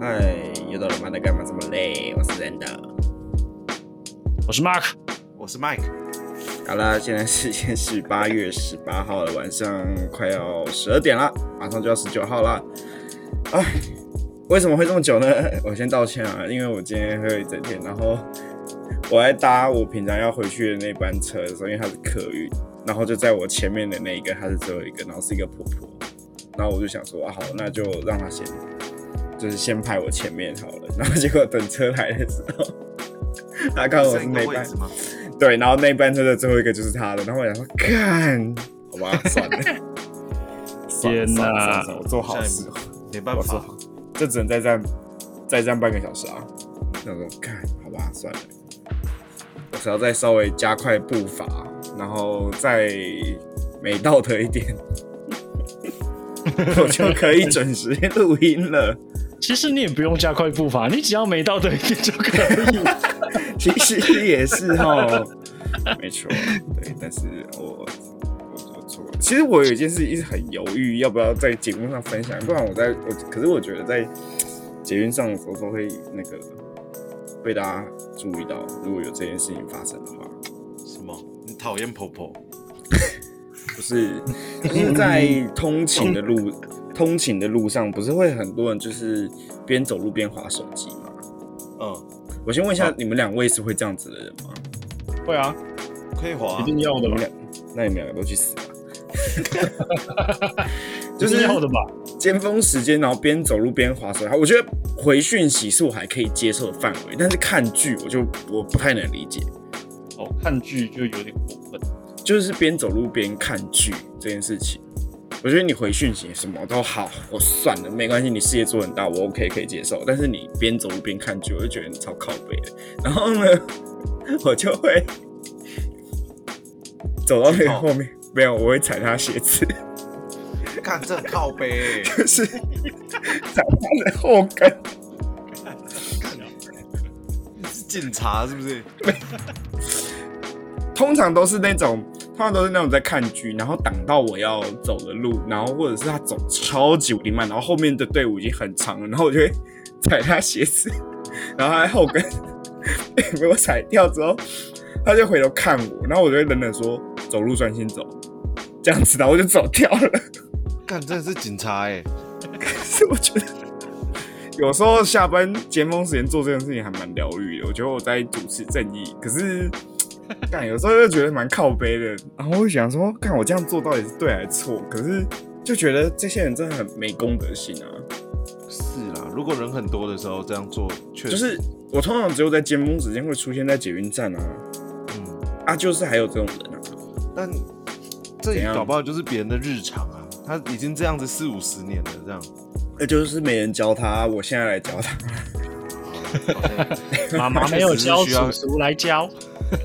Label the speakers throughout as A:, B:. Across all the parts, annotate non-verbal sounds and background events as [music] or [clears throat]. A: 哎，又到了妈的干嘛这么累？我是 Rand。
B: 我是 Mark，
C: 我是 Mike，
A: 好了，现在时间是八月十八号的晚上，快要十二点了，马上就要十九号了。哎，为什么会这么久呢？ [laughs] 我先道歉啊，因为我今天喝了一整天，然后我在搭我平常要回去的那班车的时候，因为它是客运，然后就在我前面的那一个，它是只有一个，然后是一个婆婆，然后我就想说，啊好，那就让她先，就是先排我前面好了。 [laughs] 然后结果等车来的时候，她看我是
C: 剩一
A: 那
C: 个位
A: 班
C: 置吗？
A: 对，然后那一班车的最后一个就是他的，然后我想说，干，好吧，算 [laughs] 了，算了
B: 天哪
A: 算了算了算了我做好事，
C: 没办
A: 我做
C: 法
A: 好，，这只能再站再站半个小时啊。那我说，干，好吧，算了，我只要再稍微加快步伐，然后再美道德一点， [laughs] 我就可以准时录音了。
B: 其实你也不用加快步伐，你只要没到对点就可
A: [laughs]
B: 以。
A: 其实也是哦， [laughs] 没错，对，但是我我我错了。其实我有一件事一直很犹豫，要不要在节目上分享，不然我在我可是我觉得在捷运上的时候都会那个被大家注意到，如果有这件事情发生的话，
C: 什么？你讨厌婆婆？
A: 不 [laughs] 是就是在通勤的路通勤的路上，不是会很多人就是边走路边划手机吗？
C: 嗯，
A: 我先问一下，你们两位是会这样子的人吗？
B: 会啊，
C: 可以滑
B: 一，定要
A: 你
B: 的吧
A: 们，两，那你们两个都去
B: [laughs]
A: 死吧！
B: 啊一
A: 就是
B: 定要的吧。
A: 尖峰时间，然后边走路边划手机，我觉得回讯息是我还可以接受的范围，但是看剧我就我不太能理解，
B: 哦，看剧就有点过分。
A: 就是边走路边看剧这件事情。我觉得你回讯息什么都好，我算了，没关系，你事业做很大，我 OK 可以接受。但是你边走路边看剧，我就觉得你超靠背的。然后呢， [laughs] 我就会走到
B: 哦
A: 那个后面，没有，我会踩他鞋子。
C: 看这很靠背欸，
A: 就是踩他的后跟，
C: 你 [laughs] 是警察是不是？
A: 通常都是那种，通常都是那种在看剧，然后挡到我要走的路，然后或者是他走超级无敌慢，然后后面的队伍已经很长了，然后我就会踩他鞋子， [laughs] 然后他在后跟 [laughs] 被我踩掉之后，他就回头看我，然后我就会冷冷说：“走路专心走。”这样子，然后我就走掉了。
C: 看真的是警察哎，
A: 是 [laughs] 我觉得有时候下班尖峰时间做这件事情还蛮疗愈的。我觉得我在主持正义，可是干有时候又觉得蛮靠背的。然后我就想说，看我这样做到底是对还是错？可是就觉得这些人真的很没公德心啊！
C: 是啦，如果人很多的时候这样做，确
A: 就
C: 实
A: 是我通常只有在尖峰时间会出现在捷运站啊
C: 嗯，
A: 啊，就是还有这种人啊。
C: 但这
A: 怎
C: 也
A: 样
C: 搞不好就是别人的日常啊，他已经这样子四五十年了，这样
A: 那呃就是没人教他，我现在来教他。
B: 妈妈没有教，
C: 只是需要
B: 叔叔来教。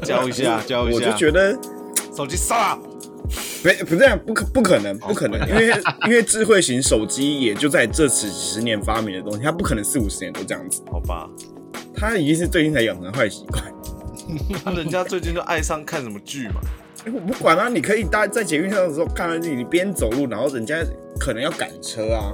C: 教一 [laughs] 下，教一下，
A: 我就觉得
C: 手机杀啦，
A: 没不这样，不可不可能，哦不可能，因为因为智慧型手机也就在这几十年发明的东西，它不可能四五十年都这样子，
C: 好吧？
A: 它已经是最近才养成坏习惯。 [laughs]
C: 那 [laughs] 人家最近就爱上看什么剧嘛，
A: 哎我不管啊，你可以搭在捷运上的时候看到啊你，你边走路，然后人家可能要赶车啊，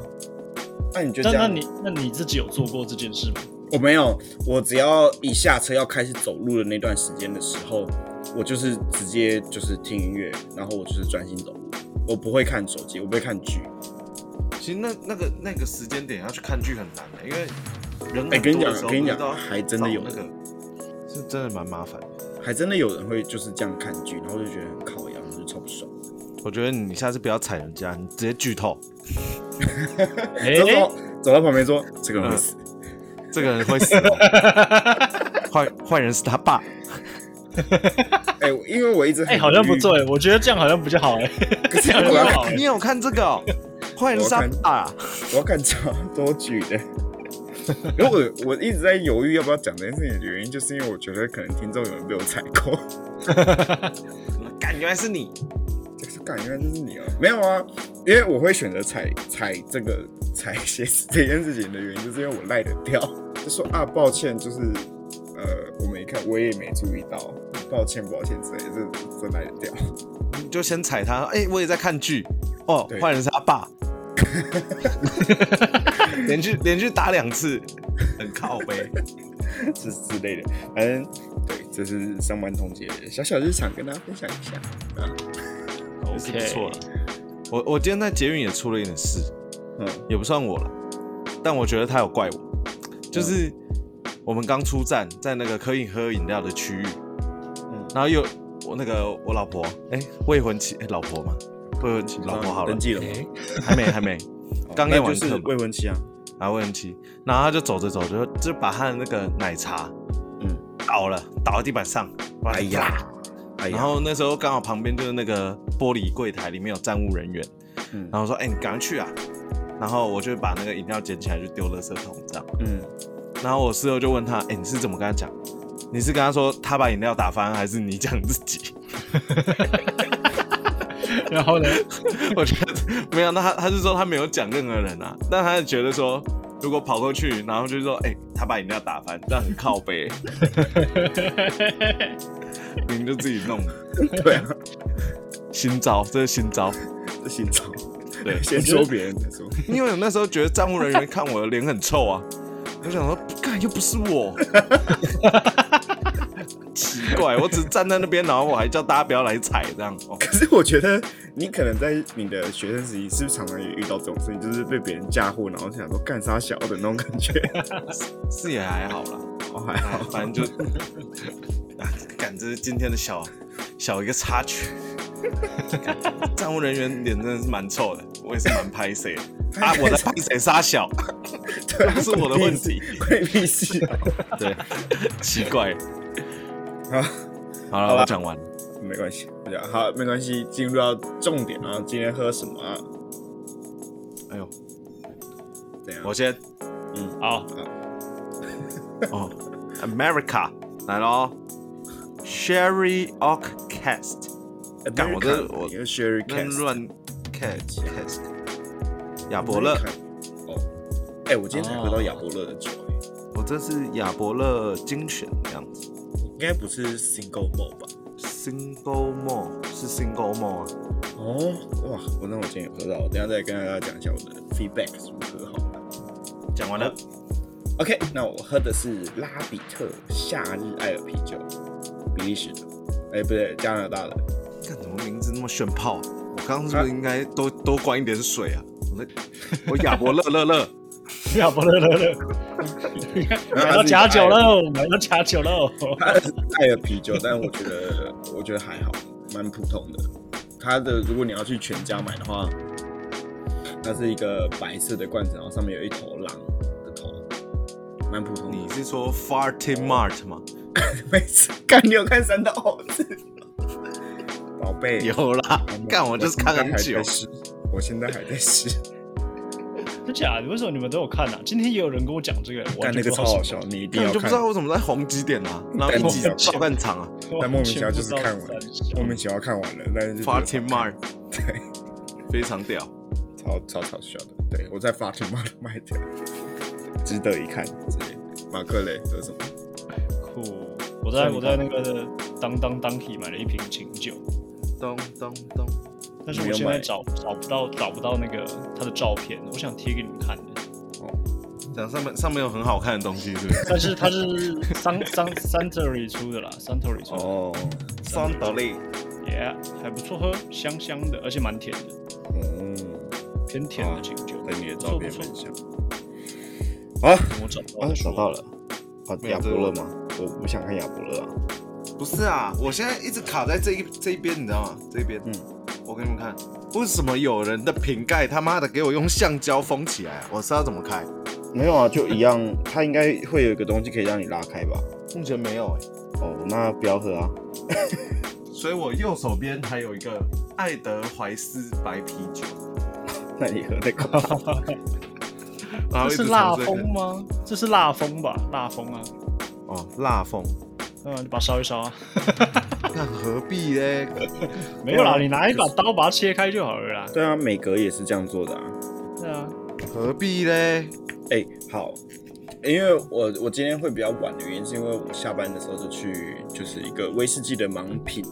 A: 那、你就这
B: 但那
A: 样。
B: 你那你自己有做过这件事吗？
A: 我没有，我只要一下车要开始走路的那段时间的时候，我就是直接就是听音乐，然后我就是专心走路，我不会看手机，我不会看剧。
C: 其实那那个那个时间点要去看剧很难的、因为人
A: 哎
C: 很
A: 跟你
C: 多
A: 讲
C: 的时候，
A: 跟你讲
C: 不知道
A: 还真的有
C: 找那个，是真的蛮麻烦的。
A: 还真的有人会就是这样看剧，然后就觉得很靠腰，然后就超不爽。
C: 我觉得你下次不要踩人家，你直接
A: [laughs]
C: 剧透，
B: 哎、嗯
A: 走到走到旁边说：“这个人会死。
C: 这个人会死、哦。坏坏人是他爸，
A: 哎、因为我一直
B: 哎、
A: 很
B: 好像不
A: 犹豫，
B: 对，我觉得这样好像比较好
A: [laughs]
B: 哎、
A: 可是
B: 这样
A: 我
B: 比 [laughs] 较
A: 要
B: 好哎、
C: 你有看这个、哦？坏人是他爸、啊，
A: 我要看超多剧
B: [laughs]
A: 的。然后我我一直在犹豫要不要讲这件事情的原因，就是因为我觉得可能听众有人被我踩过，
C: 感觉还是你。
A: 就是感觉就是你啊，没有啊，因为我会选择踩踩这个踩鞋子这件事情的原因，就是因为我赖得掉， [laughs] 就说啊抱歉，就是呃我没看，我也没注意到，抱歉抱歉之类的，这这赖得掉。 [laughs]
C: 你就
A: [laughs]
C: 先踩他。哎、我也在看剧。哦
A: 对，
C: 坏人是他爸。连续连续打两次，很靠背。
A: 之之类的，反正对，这是上班同节小小日常，跟大家分享一下。
C: 也是不错啊了。我我今天在捷运也出了一点事，
A: 嗯
C: 也不算我了，但我觉得他有怪我，就是
A: 嗯
C: 我们刚出站，在那个可以喝饮料的区域，
A: 嗯，
C: 然后又我那个我老婆，哎、未婚妻，哎、老婆嘛，未婚妻，老婆好了
A: 登，记了吗，
B: 诶
C: 还没还没，
A: 哦
C: 刚验
A: 那
C: 完
A: 就是
C: 课嘛
A: 未婚妻啊。
C: 啊未婚妻，然后他就走着走着就把他的那个奶茶
A: 嗯，
C: 倒了，倒在地板上，
A: 哎呀，哎呀，
C: 然后那时候刚好旁边就是那个玻璃柜台里面有站务人员，
A: 嗯
C: 然后说：“哎、你赶快去啊！”然后我就把那个饮料捡起来就丢垃圾桶这样。
A: 嗯，
C: 然后我室友就问他：“哎、你是怎么跟他讲？你是跟他说他把饮料打翻，还是你讲自己 [laughs]
B: 然后呢？？”
C: 我觉得没有，那他他是说他没有讲任何人啊，但他就觉得说如果跑过去，然后就说：“哎、他把饮料打翻，这样很靠背， [laughs] 你们就自己弄。
A: 对啊，” [laughs]
C: 新招，这是新招。
A: 这新招，
C: 对，
A: [laughs] 先说别人再说。
C: 因为我那时候觉得站务人员看我的脸很臭啊，我想说，干又不是我， [laughs] 奇怪，我只是站在那边，然后我还叫大家不要来踩这样。哦，
A: 可是我觉得你可能在你的学生时期，是不是常常也遇到这种事情，就是被别人嫁祸，然后想说干啥小的那种感觉，
C: 是也还好啦，
A: 哦还
C: 哎
A: 好。
C: 反正就， [laughs] 啊，感这是今天的小小一个插曲。 [laughs] 干站务人员脸真的是蛮臭的，我也是蛮拍谁啊，我 [laughs] 在拍谁杀 [laughs] 小，
A: 对啊
C: 不是我的问题，
A: 关你屁事啊！
C: 对，奇怪。
A: 好
C: 好
A: 好
C: 了，
A: 吧
C: 我讲完了。
A: 没关系，我讲好，没关系。进入到重点啊，今天喝什么啊？
C: 哎呦，
A: 怎样？
C: 我 [laughs] 先。
B: [laughs] 好，
C: 哦，America 来喽，Sherry Oak Cast，干我这我
A: 有 Sherry
C: 那
A: Cast
C: 乱 Cast Cast，亚伯乐，
A: 哦，哎、我今天才喝到亚伯乐的酒、哎
C: 我哦这是亚伯乐精选这样子
A: 应该不是 Single Malt 吧？
C: ，Single More 是 Single More 啊，
A: 哦，哇，我那我今天有喝到，我等一下再跟大家讲一下我的 feedback 如何好了。
C: 讲完了，
A: OK，那我喝的是拉比特夏日艾尔啤酒，比利时的，哎、不对，加拿大的。 [laughs]
C: 看怎么名字那么炫炮啊、我刚刚是不是应该多多灌一点水啊？我的，我亚伯乐乐乐，
B: 要不乐乐乐， [laughs] 买到假酒喽，买到
A: [laughs]
B: 假酒喽。
A: 它是爱的啤酒，但我觉得我觉得还好，蛮普通的。它的如果你要去全家买的话，它是一个白色的罐子，然后上面有一头狼的头，蛮普通
C: 你
A: 的。
C: 是说 Farting Mart 吗？
A: 每次看你有看三道猴子， [laughs] 宝贝，
C: 有啦，干我就是看很久
A: 我现在还在，试，我现在还在试，
B: 真假？为什么你们都有看啊？今天也有人跟我讲这个，我
A: 但
B: 完
A: 那
B: 全
A: 个
B: 不知
A: 超
B: 道
A: 好
B: 什
A: 笑
B: 么，，
A: 你一定
C: 但
A: 要
C: 我就不
A: 看
C: 知。道我怎么在红几点啊，然后一集爆干场啊。
A: 但莫名其妙就是
B: 完全
A: 看
B: 不知道
A: 完
B: 三小，
A: 莫名其妙看完了，但是就觉得
C: Farting Mart，
A: 对，
C: 非常屌。
A: 超超超笑的。对我在法庭骂卖的，值得一看之类的。马克雷有什么？
B: 酷。我在我在那个当当当体买了一瓶琴酒，
C: 咚咚咚，
B: 但是我现在找找不到找不到那个他的照片，我想贴给你们看的。
C: 讲上面上面有很好看的东西，是
A: [laughs]
C: 不是？
B: 但是它是桑桑 Suntory 出的啦，Suntory 出的、
A: 哦，
C: 桑德利，
B: y e a h 还不错喝，香香的，而且蛮甜的，
A: 嗯，
B: 偏甜
A: 好啊
B: 哦的琴酒。
A: 等你的照片
B: 不
A: 分
B: 错不错
A: 享。啊
B: 我哦找到
A: 啊，
B: 了， [laughs]
A: 找到了。啊，
C: 没有
A: 亚伯乐吗？我不想看亚伯乐啊。
C: 不是啊，我现在一直卡在这一这一边，你知道吗？这一边，
A: 嗯
C: 嗯，我给你们看，为什么有人的瓶盖他妈的给我用橡胶封起来啊？我是要怎么开？
A: 没有啊，就一样， [laughs] 它应该会有一个东西可以让你拉开吧？
C: 目前没有哎、
A: 哦，那不要喝啊。
C: 所以我右手边还有一个爱德怀斯白啤酒，
A: 那你喝那啊个
C: 然后
B: 这
C: 一
B: 是
C: 直
B: 蜡
C: 从这个
B: 封吗？这是蜡封吧？蜡封啊，
C: 哦，蜡封，
B: 嗯，你把它烧一烧啊。
C: 那何必嘞？
B: 没有啊啦，你拿一把刀把它切开就好了啦。
A: 对啊，美格也是这样做的啊。
B: 对啊，
C: 何必嘞？
A: 哎、好，因为我我今天会比较晚的原因，是因为我下班的时候就去就是一个威士忌的盲品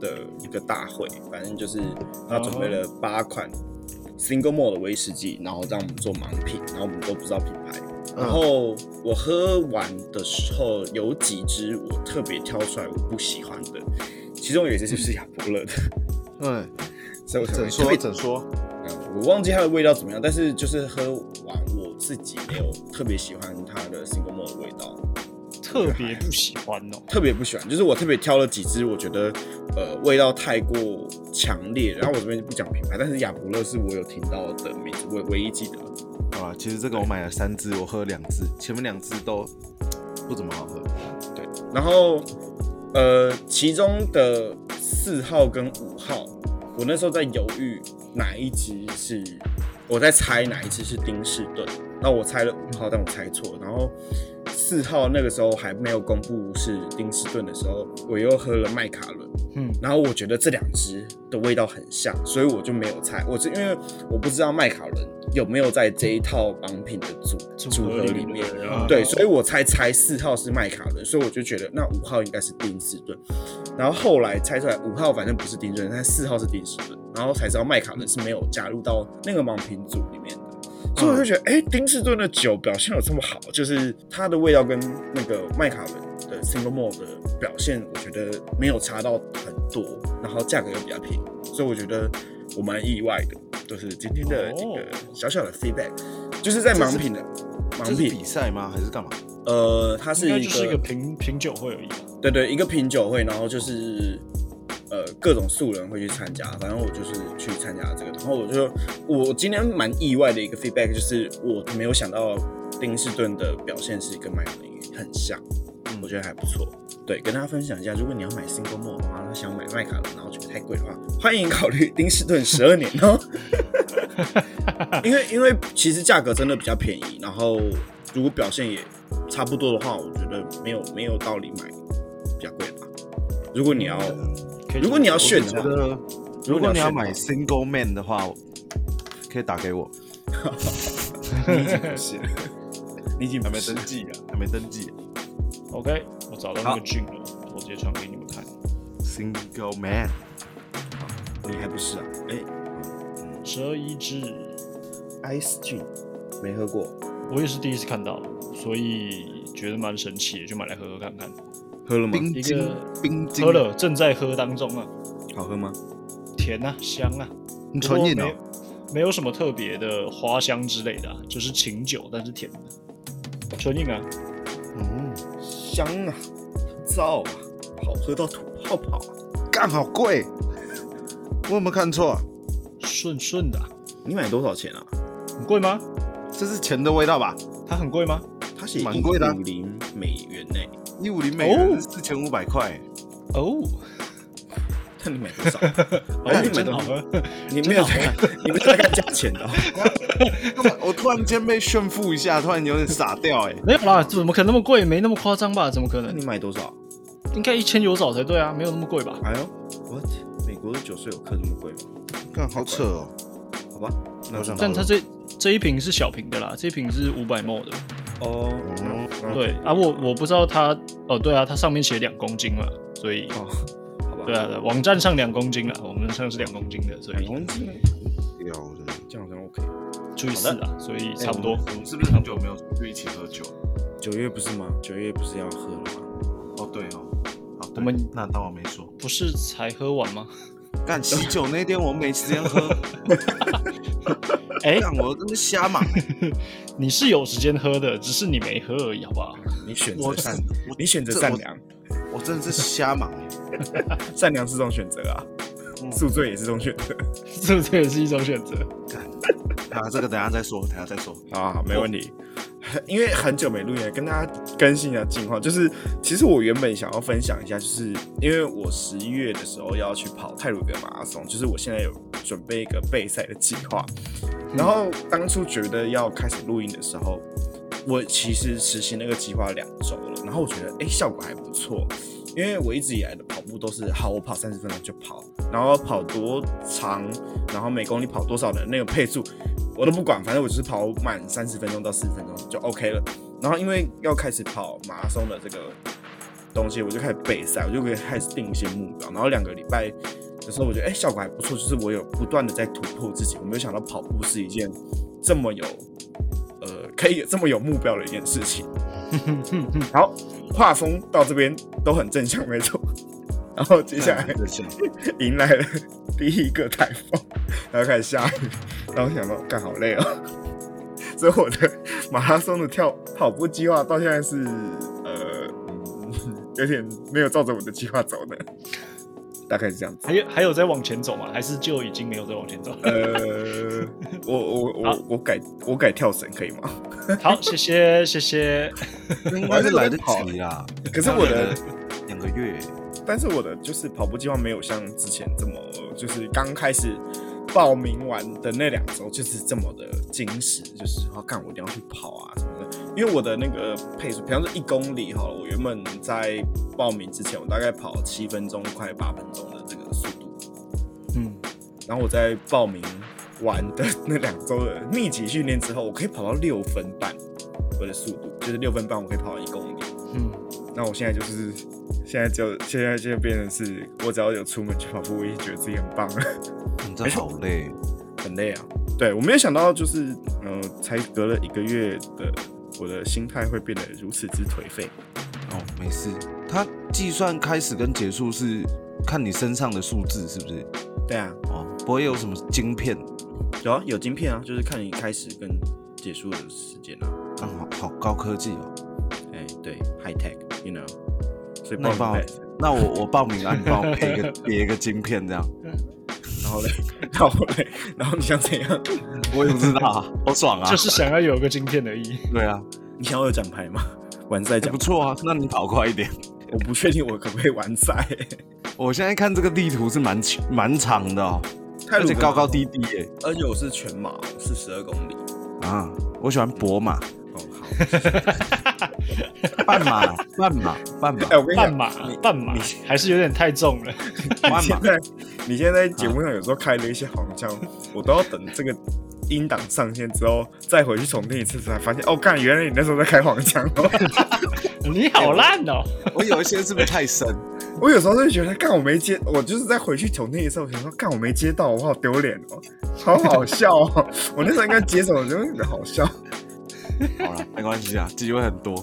A: 的一个大会，反正就是他准备了八款 single malt 的威士忌，然后让我们做盲品，然后我们都不知道品牌。
C: 嗯
A: 然后我喝完的时候，有几支我特别挑出来我不喜欢的，其中有一支就是亚伯乐的，
C: 嗯，
A: 所以我才
C: 怎
A: 会特
C: 说
A: 别
C: 怎说，
A: 嗯我忘记它的味道怎么样，但是就是喝完我自己没有特别喜欢它的 single malt 的味道，
B: 特别不喜欢哦。
A: 特别不喜欢。就是我特别挑了几支，我觉得呃味道太过强烈。然后我这边就不讲品牌，但是亚伯乐是我有听到的名字，我唯一记得。
C: 好吧，其实这个我买了三支，我喝了两支，前面两支都不怎么好喝。
A: 然后呃，其中的四号跟五号，我那时候在犹豫哪一集是，我在猜哪一集是丁士顿。那我猜了五号，但我猜错了。然后四号那个时候还没有公布是丁士顿的时候，我又喝了麦卡伦。
B: 嗯，
A: 然后我觉得这两支的味道很像，所以我就没有猜。我是因为我不知道麦卡伦有没有在这一套榜品的组组合里面，啊
B: 嗯
A: 对，所以我才猜四号是麦卡伦，所以我就觉得那五号应该是丁士顿。然后后来猜出来五号反正不是丁士顿，但四号是丁士顿，然后才知道麦卡伦是没有加入到那个盲品组里面的。所以
C: 嗯
A: 我就觉得，哎、丁士顿的酒表现有这么好，就是它的味道跟那个麦卡伦的 single malt 的表现，我觉得没有差到很多，然后价格又比较便宜，所以我觉得我蛮意外的，就是今天的一个小小的 feedback，就是在盲品的
C: 哦这
A: 盲
C: 是
A: 品
C: 比，赛吗？还是干嘛？
A: 呃，它是
B: 应该
A: 一
B: 就
A: 个
B: 是一个品品酒会而已吧。
A: 对对，一个品酒会，然后就是呃各种素人会去参加，反正我就是去参加这个，然后我就我今天蛮意外的一个 feedback 就是我没有想到丁士顿的表现是跟麦克林很像，
C: 嗯
A: 我觉得还不错。对，跟大家分享一下，如果你要买 single malt 的话，然后想买麦卡伦，然后觉得太贵的话，欢迎考虑丁士顿十二年哦。 [laughs] 因为因为其实价格真的比较便宜，然后如果表现也差不多的话，我觉得没有没有道理买比较贵吧。如果你要，
B: 可以
A: 如果你要
B: 我
A: 炫
B: 觉
A: 的
B: 得
A: 话
C: 觉得如果你要
A: 炫的话
C: 买 single man 的话，可以打给我，
A: 你已经不是了，你已经
C: 还
A: 不
C: 没
A: 是
C: 登
A: 了
C: 记啊，还没登记
B: OK，我找到那个菌了，我直接传给你们看。
C: single man。
A: 你还不是啊？哎
B: 折一支，
A: ，Ice Gin 没喝过，
B: 我也是第一次看到，所以觉得蛮神奇的，就买来喝喝看看。
A: 喝了吗？
C: 冰
B: 一
C: 晶
B: 个，
C: 冰晶
B: 喝，了，正在喝当中啊，
A: 好喝吗？
B: 甜啊，香啊，
C: 你纯饮
B: 不过
C: 哦
B: 没。没有什么特别的花香之类的、啊，就是清酒，但是甜的。纯饮啊，
C: 嗯，
A: 香啊，燥啊，好喝到吐泡泡啊！
C: 干好贵，我有没有看错啊？
B: 顺顺的啊、
A: 你买多少钱啊？
B: 很贵吗？
C: 这是钱的味道吧？
B: 它很贵吗？
A: 它写
C: 蛮贵的啊
A: 五零美元呢、
C: 一五零美元，四千五百块。
B: 哦，
A: 看你买多 [laughs] 少？
B: 哦，
A: 你买
B: 真
A: 多
B: 好
A: 少？
B: 喝，
A: 你没有在看，你没有在看价钱的哦、
C: 我突然间被炫富一下，突然有点傻掉哎、
B: [laughs] 没有啦，怎么可能那么贵？没那么夸张吧？怎么可
A: 那
B: 能？
A: 你买多少？
B: 应该一千有找才对啊，没有那么贵吧？
A: 哎呦，what？美国的酒税有课这么贵吗？
C: 干好扯哦。
A: 好吧，那
C: 我想
B: 但它这这一瓶是小瓶的啦，这一瓶是五百 ml 的。
A: 哦，那
B: 对啊，我我不知道它哦，对啊，它上面写两公斤嘛，所以
A: 哦，好吧，
B: 对啊，对啊网站上两公斤啦，我们上是两公斤的，所
A: 两
B: 以
A: 公斤，
C: 屌的，
A: 哎这样好像 OK。
B: 除以四啊，所以差不多。
C: 我们是不是很久没有就一起喝酒？
A: 九月不是吗？九月不是要喝了吗？
C: 哦，对哦。好，对
B: 我们
C: 那当我没说。
B: 不是才喝完吗？
C: 干喜酒那天我没时间
A: [laughs]
C: 喝，
B: 哎，
C: 干我真的瞎忙、欸。
B: 你是有时间喝的，只是你没喝而已，好不好？ [laughs]
A: 你选择
C: 我
A: 善，
C: 我
A: 你选择
C: 这
A: 善良，
C: 我，我真的是瞎忙、欸。
A: 善良是种选择啊，
C: 嗯
A: 宿醉也是种选择。
B: 是不是这也是一种选择？
C: 啊，这个等一下再说，等一
A: [laughs]
C: 下再说。
A: 好好，啊没问题。因为很久没录音了，跟大家更新一下近况。就是，其实我原本想要分享一下，就是因为我十一月的时候要去跑泰鲁格马拉松，就是我现在有准备一个备赛的计划。然后当初觉得要开始录音的时候，我其实实行那个计划两周了，然后我觉得哎效果还不错，因为我一直以来的跑步都是好，我跑三十分钟就跑，然后跑多长，然后每公里跑多少的那个配速，我都不管，反正我就是跑满三十分钟到四十分钟就 OK 了。然后因为要开始跑马拉松的这个东西，我就开始备赛，我就可以开始定一些目标。然后两个礼拜有时候我觉得哎、效果还不错，就是我有不断的在突破自己。我没有想到跑步是一件这么有呃可以这么有目标的一件事情。好，画风到这边都很正向，没错。 [laughs] 然后接下来
C: 在想，
A: 迎来了第一个台风，然后开始下雨，然后我想到干好累哦，所以我的马拉松的跳跑步计划到现在是呃、嗯有点没有照着我的计划走的， [laughs] 大概是这样子。
B: 还有还有在往前走吗？还是就已经没有在往前走？
A: 呃，我我
B: 好
A: 我我改我改跳绳可以吗？
B: [laughs] 好，谢谢谢谢。
C: 应该是来得及啦。
A: 可是我的，
C: 两个月，
A: 但是我的就是跑步计划没有像之前这么，就是刚开始报名完的那两周就是这么的精实，就是要干我一定要去跑啊什么的。因为我的那个配速，比方说一公里好了，我原本在报名之前，我大概跑七分钟快八分钟的这个速度，
B: 嗯，
A: 然后我在报名完的那两周的密集训练之后，我可以跑到六分半，我的速度就是六分半，我可以跑到一公里。
B: 嗯，
A: 那我现在就是，现在就现在就变成是我只要有出门去跑步，我已经觉得自己很棒了， [laughs]
C: 你这好累。
A: 很累啊。对我没有想到，就是呃，才隔了一个月的，我的心态会变得如此之颓废。
C: 哦，没事。它计算开始跟结束是看你身上的数字是不是？
A: 对啊，
C: 哦，不会有什么晶片。
A: 有啊，有晶片啊，就是看你开始跟结束的时间啊。
C: 啊，好好高科技哦。
A: 哎、对，high tech，you know，所以
C: 那
A: 报
C: 你帮我
A: 名，
C: 那我我报名啊，你帮
A: [laughs]
C: 我配一个别一个晶片这样。
A: 然后嘞，然后嘞，然后你想怎样？
C: 我也不知道啊，好爽啊
B: 就。是想要有个晶片而已。
C: 对啊，
A: 你想要有奖牌吗？完赛
C: 也
A: 奖
C: 不，错啊。那你跑快一点。
A: 我不确定我可不可以完赛、
C: 我现在看这个地图是蛮奇蛮长的哦，
A: 太
C: 而且
A: 鲁
C: 高高
A: 了
C: 低低耶、
A: 而且我是全马，我是十二公里。
C: 啊，我喜欢博马、
A: 哦，好。
C: 半马、
A: [laughs]
C: 半马、半马
A: 哎、。我跟你
B: 半
A: 讲，
B: 马，半马还是有点太重了。
A: 你
C: 半
A: 现 [laughs]
C: 马
A: 在你现在在节目上有时候开了一些黄腔，我都要等这个音档上线之后再回去重听一次，才发现哦，干，原来你那时候在开黄腔 [laughs] 哦。
B: 你好烂哦！
C: 我有一些是不是太深？
A: 我有时候就觉得，干，我没接，我就是再回去重听一次，我想说，干，我没接到，我好丢脸哦，好好笑哦。 [laughs] 我那时候应该接什么，我觉得有点好笑。
C: 好了，没关系啊，机会很多。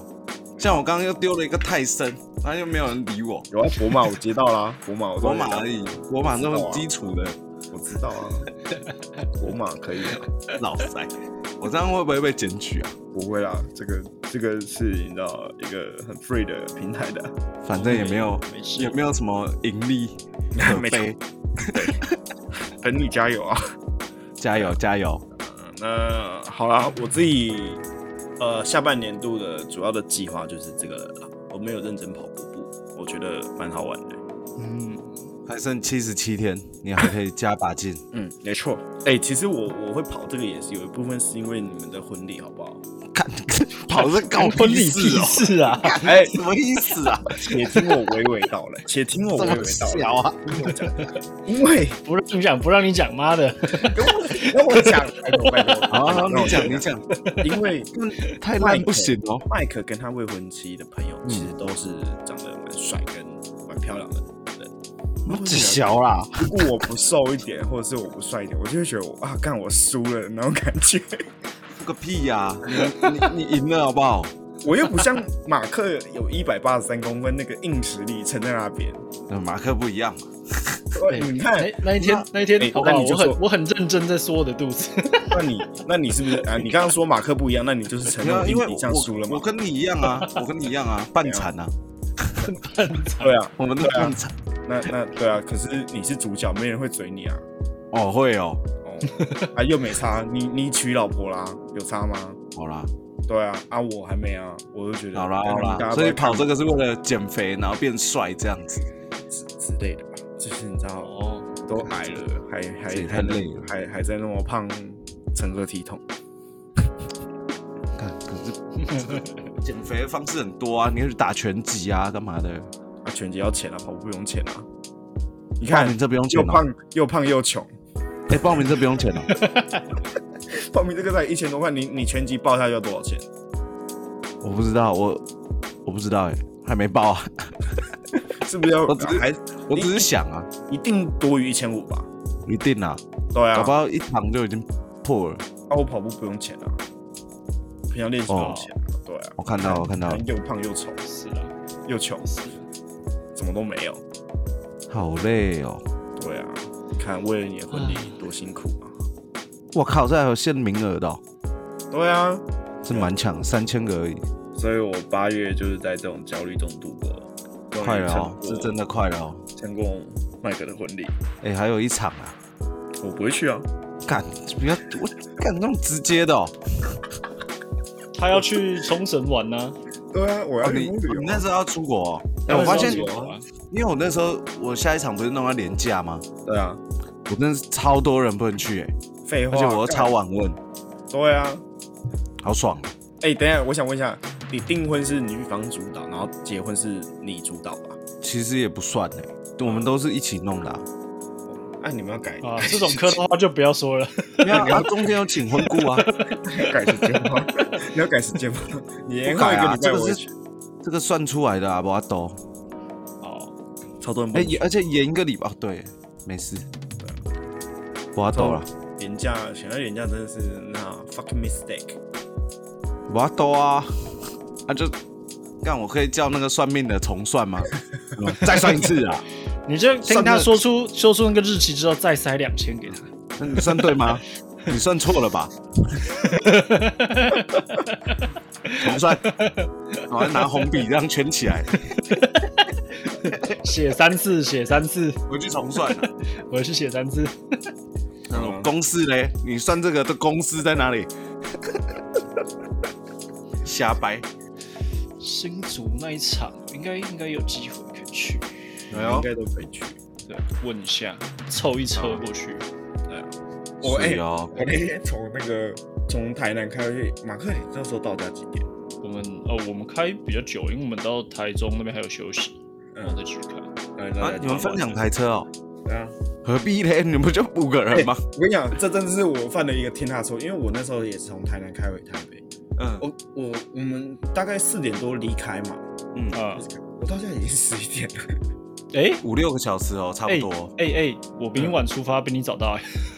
C: 像我刚刚又丢了一个太深，然后又没有人理我。
A: 有啊，博马我接到啦，博马我
C: 国马而已，国马那
A: 我
C: 么
A: 知道啊
C: 基础的，
A: 我知道啊，博马可以啊，
C: 老塞，我这样会不会被检举啊？
A: 不会啦，这个这个是你知道一个很 free 的平台的。
C: 反正也没有，
B: 没事
C: 也没有什么盈利可
A: [laughs] 没
C: 悲。
A: 等你加油啊！
C: 加油加油！
A: 嗯那好啦，我自己呃下半年度的主要的计划就是这个了啦。我没有认真跑过步，我觉得蛮好玩的。
B: 嗯，
C: 还剩七十七天，你还可以加把劲。
A: 嗯，没错。哎、其实我我会跑这个也是有一部分是因为你们的婚礼，好不好？
C: 看， [laughs] 跑这搞
B: 婚礼
C: 事
B: 屁
C: 哦，
B: 事啊！
A: [laughs] 哎、
C: [laughs] 什么意思啊？
A: 且听我娓娓道来， [laughs] 且听我
C: 这
A: 娓
C: 么
A: 娓道
C: 小啊？
A: 来， [laughs] 因为
B: 不让你讲，不让你讲，妈的！
A: 跟我跟我 [laughs] 讲，拜托拜托，
C: 好好，
A: 让
C: 哦你
A: 我
C: 讲你讲，
A: [laughs] 因为
C: 太
A: 慢
C: 烂不行哦。
A: 麦克跟他未婚妻的朋友
C: 嗯
A: 其实都是长得蛮帅跟蛮漂亮的人，然后
C: 这
A: 就觉得
C: 小啊啦，
A: 如果我不瘦一点，或者是我不帅一点，我就会觉得我啊，干我输了那种感觉。 [laughs]
C: 这个屁呀！你你你赢了好不好？
A: 我又不像马克有一百八十三公分那个硬实力撑在那边。
C: 那马克不一样，
A: 哇你看，
B: 那那一天，那一天
A: 哎，
B: 好不
A: 那
B: 好？
A: 你就
B: 我
A: 说
B: 很我很认真在说我的肚子。
A: 那你那你是不是啊？你刚刚说马克不一样，那你就是承
C: 没
A: 认
C: 有，
A: 我
C: 因为
A: 硬体上
C: 我
A: 输了
C: 我
A: 嘛？
C: 跟你一样 [laughs] 啊，我跟你一样啊，半残啊，
A: 对啊，
C: 我们都
A: 对啊
C: 半残。
A: 那那对啊，可是你是主角，没人会嘴你啊。
C: 哦，会哦，
A: 哦，啊又没差，你你娶老婆啦，有差吗？
C: 好啦，
A: 对啊，啊我还没啊，我就觉得
C: 好啦，好
A: 大家
C: 啦，
A: 都
C: 所以
A: 在看
C: 跑这个是为了减肥，然后变帅这样 [laughs] 子。
A: 之之类的吧，就是你知道。
B: 哦，
A: 都矮了，还
C: 这
A: 还
C: 也
A: 还
C: 太
A: 能
C: 累了
A: 还还在那么胖，成何体统？
C: 看，可是减肥的方式很多啊，你可以去打拳击啊，干嘛的？
A: 啊，拳击要钱啊，跑步不用钱啊。你
C: 报
A: 看
C: 名，这不用钱
A: 又
C: 哦，
A: 胖又胖又穷，
C: 哎，报名这不用钱哦，
A: 报名这个才一千多块，你你拳击报一下要多少钱？
C: [laughs] 我不知道，我我不知道哎，还没报啊，
A: 是不是要
C: 我只是
A: 还
C: [laughs] 我只是想啊，
A: 一定多于一千五吧？
C: 一定啊，
A: 对啊，
C: 搞不好一场就已经破了。
A: 啊，我跑步不用钱啊，平常练习不用钱、啊，对啊，
C: 哦我看到了，我看到了，
A: 又胖又丑
B: 是啦，
A: 又穷，
B: 是
A: 怎么都没有。
C: 好累哦！
A: 对啊，你看为了你的婚礼多辛苦啊！
C: 我靠，这还有限名额的、哦，
A: 对啊，
C: 这蛮强，三千个而已，
A: 所以我八月就是在这种焦虑中度过，
C: 快了哦，是真
A: 的
C: 的快了哦。
A: 成功麦克的婚礼，
C: 哎、还有一场啊！
A: 我不会去啊，
C: 干，不要我干那么直接的哦。
B: 他要去冲绳玩呢、
A: 对啊，我
C: 哦你你那时候要出国、哦？哎、
A: 那
C: 我
A: 时候
C: 发现
A: 出，
B: 国啊
C: 因为我那时候我下一场不是弄到廉价吗？
A: 对啊，
C: 我真的是超多人不能去哎、
A: 废话，啊
C: 而且我又
A: 干
C: 超晚问，
A: 对啊，
C: 好爽哦。
A: 哎、等一下，我想问一下，你订婚是女方主导，然后结婚是你主导吧？
C: 其实也不算哎、我们都是一起弄的、啊。
A: 哎、你们要改
B: 啊，这种课的话就不要说了。
C: 没 [laughs] 有啊，中间有请婚顾啊， [laughs]
A: 改时间吗？ [laughs] 你要改时间吗？ [laughs] 啊你延后一个礼拜
C: 这
A: 我
C: 个
A: 会
C: 是
A: 去。
C: 这个算出来的啊，不阿斗。
B: 哦，
A: 超多人不
C: 哎、
A: 能去
C: 也而且延一个礼拜，哦对，没事，我要抖了，
A: 廉价，选到廉价真的是那 fucking mistake。
C: 我要抖啊， [laughs] 啊就，干我可以叫那个算命的重算吗？嗯 [laughs] 再算一次啊，
B: 你就听他说出说出那个日期之后，再塞两千给他。
C: [laughs] 那你算对吗？你算错了 [laughs] 吧？重算，我要拿红笔这样圈起来，
B: 写三次，写三次，
C: 回去重算、啊。
B: 我去写三次。
C: 那种
A: 嗯
C: 公式嘞，你算这个的公式在哪里？ [laughs] 瞎掰，
B: 新竹那一场应该应该有机会可以去，
C: 哎呦
A: 应该都可以去。
B: 对，问一下，凑一车过去。
A: 对啊，我哎、
C: 是哦
A: 我那天从那个从台南开回去，马克，你那时候到家几点？
B: 我们哦，我们开比较久，因为我们到台中那边还有休息，然后再
A: 嗯，
B: 去开。
A: 然后到
C: 哦
A: 家，
C: 啊
A: 几点
C: 你们分两台车哦？哎
A: 对啊。
C: 何必嘞？ [laughs] 你们不就五个人呃吗？
A: 我跟你讲，这真的是我犯了一个天大错，因为我那时候也是从台南开回台北。
C: 嗯
A: 我我我们大概四点多离开嘛，
C: 嗯，
B: 啊，
A: 我到家已经十一点了。
B: 哎
C: 五六个小时哦，差不
B: 哎
C: 多。
B: 哎哎，我比你晚出发，比你早 [laughs] 到，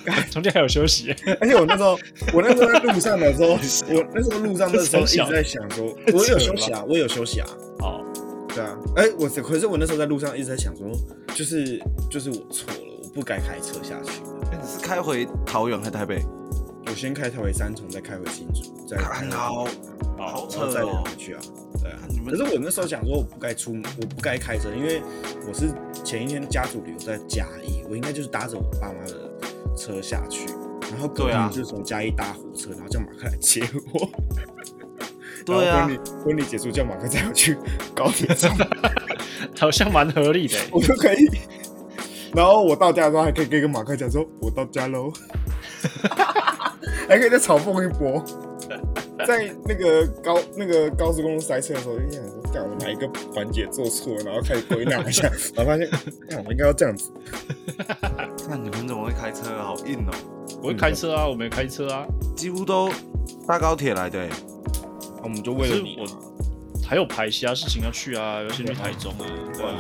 B: 哎，中间还有休息。
A: 而且我那时候，我那时候在路上的时候，
C: 啊
A: 我那时候路上的时候一直在想
C: [laughs]
A: 说，我有休息啊，我有休息啊，
B: 好，
A: 对啊，哎、我可是我那时候在路上一直在想说，就是就是我错了，我不该开车下去，
C: 哎你是开回桃园还是台北？
A: 我先开台北三重，再开回新竹，再开
C: 看
A: 回
C: 好，
B: 好
C: 哦好
A: 然后
C: 扯
A: 再
C: 哦
A: 回！去啊，对啊
C: 看你。们
A: 可是我那时候想说，我不该出门，我不该开车，因为我是前一天家族旅游在嘉义，我应该就是搭着我爸妈的车下去，然后隔
C: 对啊
A: 天就是从嘉义搭火车，然后叫马克来接我。
C: 对
A: 然后
C: 啊
A: 婚，礼婚礼结束叫马克载我去高铁站，
B: 好像蛮合理的。哎
A: 我就可以。然后我到家的时候还可以跟马克讲说，我到家 [laughs] 喽，还可以再嘲讽一波。在那个高那个高速公路塞车的时候，就想说，干我哪一个环节做错了，然后开始归纳一 [laughs] 下，然后发现，干我应该要这样子。
C: 看你们怎么会开车？好硬哦！
B: 我会开车啊，我没开车啊，
C: 几乎都搭高铁来的欸。
A: 我们就
B: 可
A: 为
B: 是我还有排其他事情要去啊，要先去台中啊，对啊，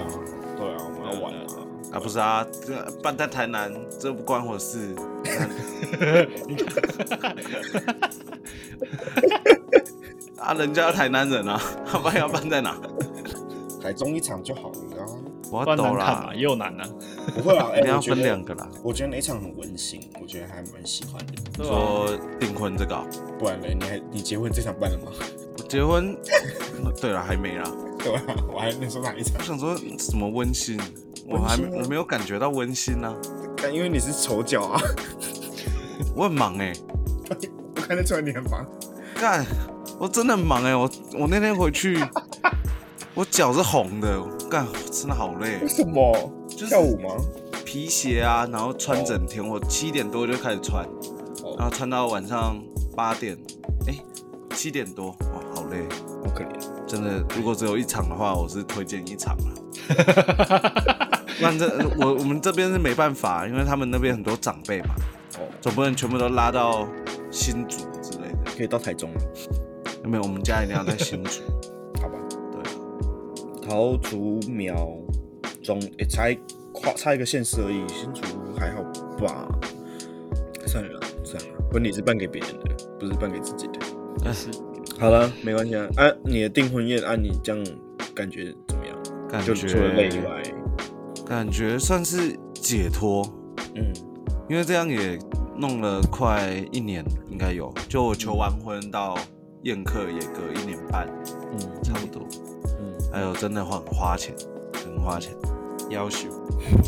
A: 对啊，我们要玩啊。
C: [laughs] 啊，不是啊，这办在台南，这不关
A: [laughs]
C: 我事。 [laughs] 啊，人家台南人啊， [laughs] 他们要办在哪？
A: 台中一场就好了啊，
C: 我
B: 不
C: 要
B: 然
C: 抖
B: 难看
C: 啦
B: 嘛，，又难啊，
A: 不会啊，哎、
C: 一定要
A: 我觉
C: 分
A: 得
C: 两，个啦。
A: 我觉得那一场很温馨，我觉得还蛮喜欢的。
B: 对啊吧？
C: 说订婚这个哦，
A: 不然嘞，你还你结婚这场办了吗？ [laughs]
C: 我结婚，对了，还没啦。
A: 对啊，我还没说哪一场
C: 我，想说怎么温馨，我
A: 温
C: 还
A: 馨
C: 没
A: 啊
C: 我没有感觉到温馨啊，
A: 但因为你是丑角啊，
C: 我很忙哎、
A: 我 [laughs] 看得出来你很忙。
C: 干，我真的很忙哎、我我那天
A: [laughs]
C: 回去，我脚是红的，干，我真的好累，
A: 为什么？
C: 就是
A: 跳舞吗？
C: 皮鞋啊，然后穿整天，我七点多就开始穿，
A: 哦
C: 然后穿到晚上八点，哎、七点多，哇，好累，
A: 好可怜。
C: 真的，如果只有一场的话，我是推荐
A: [laughs]
C: 一场啊。那这我我们这边是没办法，因为他们那边很多长辈嘛，
A: 哦，
C: 总不能全部都拉到新竹之类的。
A: 可以到台中了，
C: 没有，我们
A: [laughs]
C: 家一定要在新竹。
A: 好吧？
C: 对啊，
A: 桃竹苗中，诶才跨差一个县市而已，新竹还好吧？算了啦算了啦，婚礼是办给别人的，不是办给自己的。
B: 但是
A: 好了，没关系啊。啊，你的订婚宴，啊，你这样感觉怎么样？
C: 感
A: 就除了累以
C: 觉
A: 外，
C: 感觉算是解脱，
A: 嗯
C: 因为这样也弄了快一年，应该有。就我求完婚到宴客也隔一年半，
A: 嗯
C: 差不多。
A: 嗯，
C: 还有真的很花钱，很花钱，要求。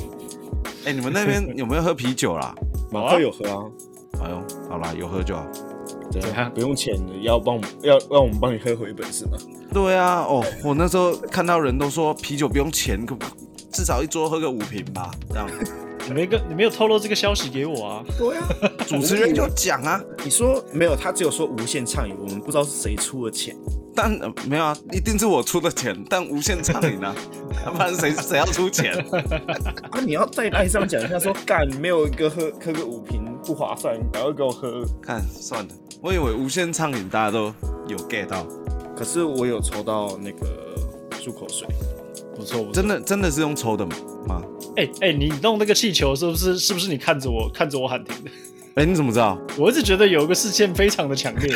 C: [laughs] 哎、你们那边有没有喝啤酒啦？ [laughs]
A: 马克有喝啊，
C: 哎呦，好啦，有喝酒啊。
A: 对
B: 怎
A: 啊，
B: 样
A: 不用钱的，要帮我们要让我们帮你喝回本是吗？
C: 对啊，哦，我那时候看到人都说啤酒不用钱，可不至少一桌喝个五瓶吧，这样。
B: 你没跟你没有透露这个消息给我啊？
A: 对啊，
C: 主持人就讲啊，
A: [laughs] 你说没有，他只有说无限畅饮，我们不知道是谁出的钱。
C: 但、呃没有啊，一定是我出的钱，但无限畅饮啊，要不然谁谁要出钱？
A: 啊，你要在赖上讲一下说，干没有一个喝喝个五瓶不划算，然后给我喝。
C: 看算了，我以为无限畅饮大家都有 get 到，
A: 可是我有抽到那个漱口水，
B: 不错不错，
C: 真的真的是用抽的吗？
B: 哎哎、你弄那个气球是不是是不是你看着我看着我喊停的？
C: 哎、你怎么知道？
B: 我一直觉得有一个视线非常的强
C: [laughs]
B: 烈，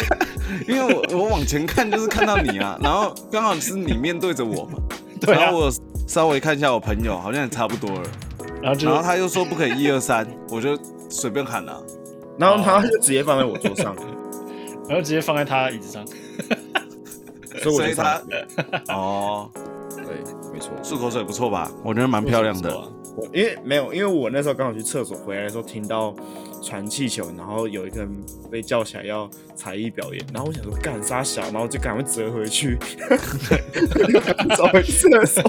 C: 因为我我往前看就是看到你 [laughs] 啊，然后刚好是你面对着我嘛，
B: 对啊
C: 然后我稍微看一下我朋友，好像也差不多了，
B: 然后就
C: 然后他又说不可以一二三，我就随便喊啊 [laughs] 了、
A: 然后他就直接放在我桌 [laughs] 上，
B: 然后直接放在他椅子上。
A: 所以我
C: 所
A: 就
C: 以
A: 上
C: 他
A: 了。
C: 哦，
A: 对，没错。
C: 漱口水不错吧？我觉得蛮漂亮
B: 不错
C: 的。
B: 不错
A: 我因为没有，因为我那时候刚好去厕所回来的时候听到传气球，然后有一个人被叫起来要才艺表演，然后我想说干啥小，然后就赶快折回去，
C: 嗯
A: 走回厕所。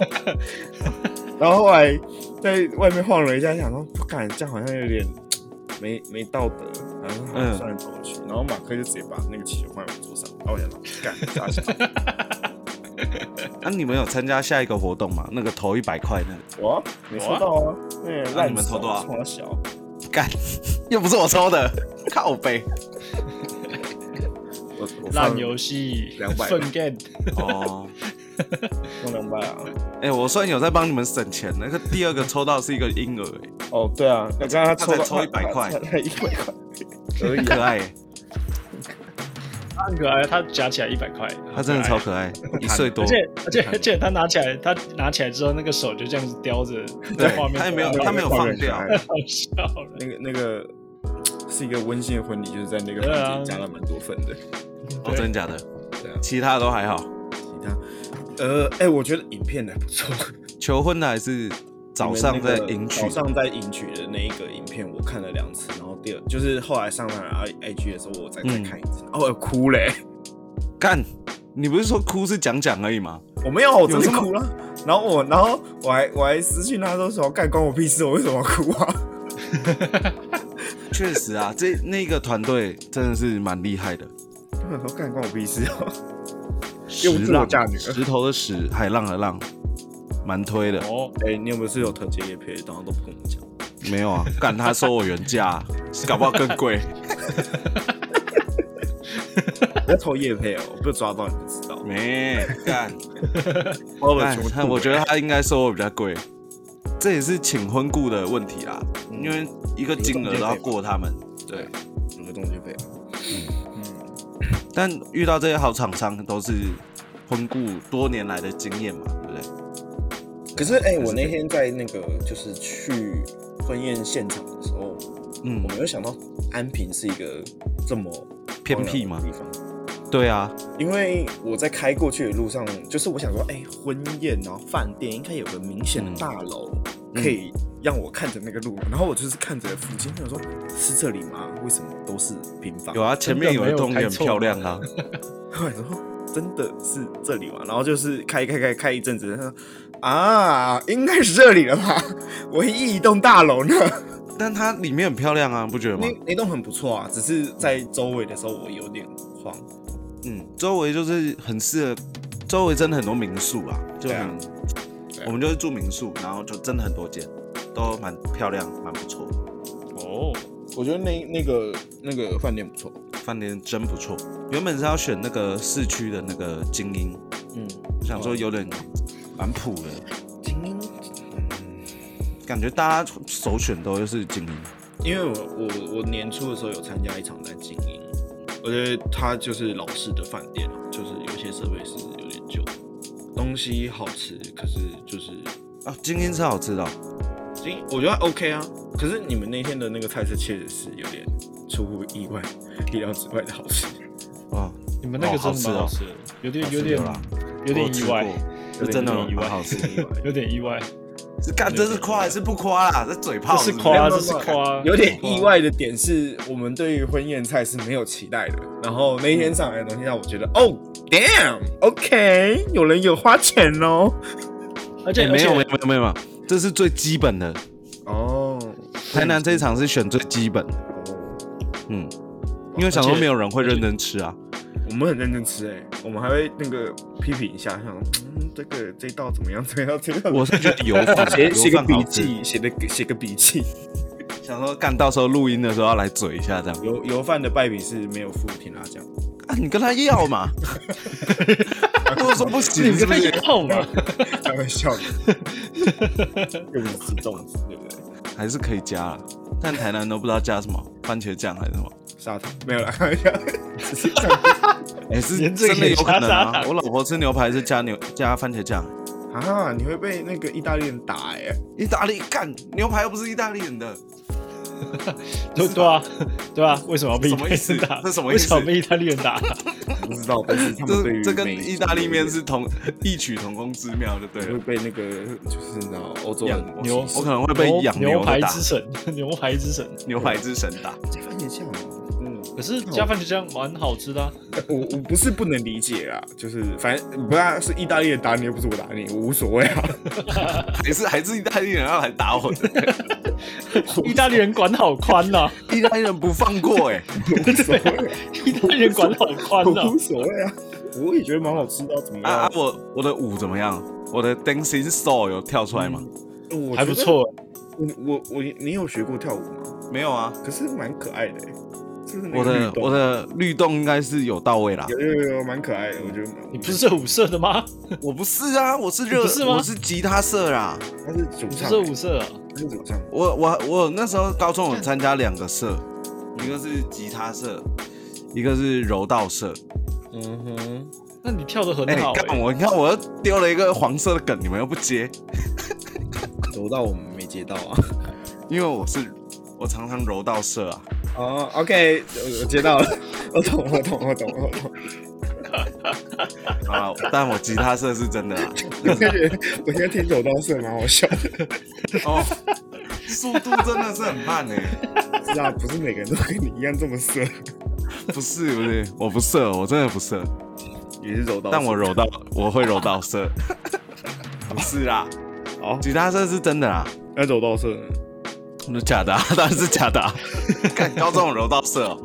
A: 然后后来在外面晃了一下，想说不敢，这样好像有点没没道德，然后说好
C: 嗯
A: 算了走回去。然后马克就直接把那个气球放在我桌上，然后我想说干啥小，
C: 那、啊你们有参加下一个活动吗？那个投一百块那个，
A: 我没抽到啊，那
C: 那你们投多少
A: 从小。
C: 干，又不是我抽的，靠背。
A: 我我放
B: 烂游戏，
A: 200
B: 粪 game，
C: 哦，
A: 放两百啊！
C: 哎、我虽然有在帮你们省钱，那个第二个抽到是一个婴儿、哎
A: 哦，对啊，那刚刚他抽
C: 他才
A: 到
C: 抽100块
A: 他才一百块，可
C: 很
A: 以啊
C: 可爱、欸
B: 他很可哎爱，他夹起来一百块，
C: 他真的超
B: 很
C: 可爱，一岁多
B: 而。且而且而且他拿起来，他拿起来之后，那个手就这样子叼着，
C: 对
B: 在画面，
C: 他也没有
B: 太
C: 他没有放掉
B: 好笑了。
A: 那个那个是一个温馨的婚礼，就是在那个
B: 对啊
A: 房间加了蛮多份的。
C: 哦，真的假的？
A: 对啊，
C: 其他都还好。
A: 其他呃，哎，我觉得影片还不错。
C: 求婚的还是早上在迎娶
A: 早？上在迎娶的那一个影片，我看了两次，然后第二就是后来上传 I I G 的时候，我再再
C: 嗯
A: 看一次，哦，我哭嘞，
C: 干，你不是说哭是讲讲而已吗？
A: 我没有，我真的
C: 有这么
A: 哭了。然后我，然后我还我还私信他说什么干关我屁事，我为什么要哭啊？ [laughs]
C: 确实啊，这那个团队真的是蛮厉害的。
A: 我想说干关我屁事哦。
C: 石
A: 又不是我
C: 浪
A: 嫁女儿
C: 石头的石，海浪的浪，蛮推的。
B: 哦，
A: 哎、你有没有是有特接叶配，然后都不跟我们讲？
C: 没有啊，干他收我原价、搞不好更贵。
A: 我投叶配哦，我被抓到你不知道。
C: 没干，
A: 包了
C: 干
A: 全部吐
C: 哎他我觉得他应该收我比较贵。这也是请婚顾的问题啦，
A: 嗯
C: 因为一个金额都要过他们。对，
A: 有个中介费，
C: 但遇到这些好厂商都是婚顾多年来的经验嘛，对不对？
A: 可是哎、我那天在那个就是去婚宴现场的时候，
C: 嗯
A: 我，没有想到安平是一个这么
C: 偏僻
A: 吗
C: 吗？
A: 地方，
C: 对啊，
A: 因为我在开过去的路上，就是我想说，哎、婚宴然后饭店应该有个明显的大楼、
C: 嗯
A: 可以让我看着那个路，然后我就是看着附近，想说是这里吗？为什么都是平房？
C: 有啊，前面有一栋也很漂亮啊。
A: 后来说真的是这里嘛，然后就是开开开开一阵子，他说啊，应该是这里了吧？ [laughs] 唯一一栋大楼呢？
C: [laughs] 但它里面很漂亮啊，不觉得吗
A: 那？那栋很不错啊，只是在周围的时候我有点慌。
C: 嗯，周围就是很适合，周围真的很多民宿啊，就
A: 对啊
C: 很
A: 对啊，
C: 我们就是住民宿，然后就真的很多间，都蛮漂亮，蛮不错，
B: 哦，
A: 我觉得那那个那个饭店不错，
C: 饭店真不错。原本是要选那个市区的那个精英，
A: 嗯，
C: 想说有点蛮普的，
A: 精英，嗯，
C: 感觉大家首选都是精英。
A: 因为我我我年初的时候有参加一场在精英，我觉得它就是老式的饭店，就是有些设备是有点旧，东西好吃，可是就是
C: 啊，精英是好吃的哦、
A: 精英我觉得还 OK 啊。可是你们那天的那个菜色确实是有点出乎意外、意料之外的好 [laughs] 吃，
C: 哦，
B: 你们那个真的蛮好吃的，有点有点
C: 好吃的
B: 有
C: 我
B: 点意
C: 吃
B: 外，
C: 过是真的
A: 哦
B: 有点意外
C: 蛮好吃
A: [laughs]
C: 的。
A: 意外。
B: 有点意外，
C: 这干这是夸还是不夸啦？这嘴炮
B: 这是
C: 不
B: 夸，
A: 没有
B: 这是
A: 没有
B: 夸，
A: 有点意外的点是我们对于婚宴菜是没有期待的，然后那天上来的东西让我觉得，哦，damn，OK，、有人有花钱哦。
B: 而且
C: 哎，
B: 而
C: 没
B: 且
C: 有没有没有没有，这是最基本的。
A: 哦，
C: 台南这一场是选最基本的，嗯，因为想说没有人会认真吃啊。
A: 我们很认真吃哎、我们还会那个批评一下，想嗯，这个这一道怎么样？怎么样？这个
C: 我是觉得油饭
A: 写
C: 油
A: 写个
C: 饭
A: 笔
C: 好吃，
A: 记，写的写个笔记。
C: 想说干到时候录音的时候要来嘴一下这样。
A: 油油饭的败笔是没有附甜辣酱，
C: 啊，你跟他要嘛？
B: [laughs]
C: 都说不
B: 你
C: 行，
B: 们
C: 是
B: 这
C: 不
B: 个
C: 是？
B: 要嘛？
A: [laughs] 开玩笑 [laughs] 的，又不是粽子，对不对？
C: 还是可以加啦，但台南都不知道加什么，番茄酱还是什么。
A: 砂糖没有啦，开玩笑，只是这样
C: 哎、是
B: 连这个
C: 真的
B: 也
C: 有可能
B: 加砂
C: 啊！
B: 糖
C: 我老婆吃牛排是加牛加番茄酱，
A: 啊，你会被那个意大利人打哎、
C: 意大利干牛排又不是意大利人的，
B: 对对啊， [laughs] 对啊，为什么要被
C: 什
B: 意
C: 么
B: 大
C: 意
B: 利
C: 思
B: 人
C: [laughs]
B: 打？
C: 这什么意
B: 为
C: 思
B: 什么被意大利人打？
A: 不知道，但是他们对
C: 这
A: 于
C: 这跟
A: 美食
C: 意大利面是同 [laughs] 异曲同工之妙，就对
A: 会
C: 了。
A: 被那个就是你知道欧洲人
C: 养
B: 牛
C: 我可能会 [laughs] 被养
B: 牛
C: 的
B: 排
C: 打，
B: 之神， [laughs] 牛排之神。
C: 牛排之神打。
A: 加番茄酱哦，嗯，
B: 可是加番茄酱蛮好吃的啊，
A: 我我不是不能理解啦，就是反正不然是意大利人打你，又不是我打你，我无所谓啊。
C: 还是还是意大利人要来打
B: [laughs]
C: 我的，
B: 意大利人管好宽啊呐，
C: [laughs] 意大利人不放过哎、
A: 无所谓，啊
C: [laughs]
B: 意大利人管好宽呐
A: 我。无所谓啊，我也觉得蛮好吃的啊，怎么
C: 啊啊
A: 样？！
C: 我我的舞怎么样？我的 Dancing Soul 有跳出来吗？
A: 我
B: 还不。错，
A: 我我我，你有学过跳舞吗？
B: 嗯
C: 没有啊。
A: 可是蛮可爱的、欸，就是那
C: 我
A: 个
C: 的
A: 律动
C: 我的律动应该是有到位啦。
A: 有有有有蛮可爱的，我觉得蛮。
B: 你不是热舞社的吗？
C: 我不是啊，我是热，
B: 你不是吗
C: 我是吉他社啦。
A: 他是主
B: 你不
A: 唱
B: 是
A: 欸、
B: 热舞社啊？
A: 他是主唱。
C: 我我我那时候高中有参加两个社，一个是吉他社，一个是柔道社。
A: 嗯哼，
B: 那你跳的很
C: 哎、
B: 好
C: 看、
B: 欸，
C: 我，你看我又丢了一个黄色的梗，你们又不接，
A: 柔道我们没接到啊。
C: 因为我是我常常柔道社啊。
A: [laughs] 哦，OK，我我接到了，我懂，我懂，我懂，我懂。
C: 啊，
B: [laughs]
C: 但我吉他社是真的啊啦。
A: 我感觉我现在听柔道社蛮好笑的，
C: 哦，速度真的是很慢哎、
A: 是啊，不是每个人都跟你一样这么色，
C: 不是不是，我不社，我真的不社，
A: 也是柔道
C: 但我柔道我会柔道社。不是
A: [laughs]
C: 啦，
A: 好，
C: 吉他社是真的啦。
A: 那柔道社
C: 那假的、啊，当然是假
A: [laughs]
C: 的、啊。看高中有柔道社哦，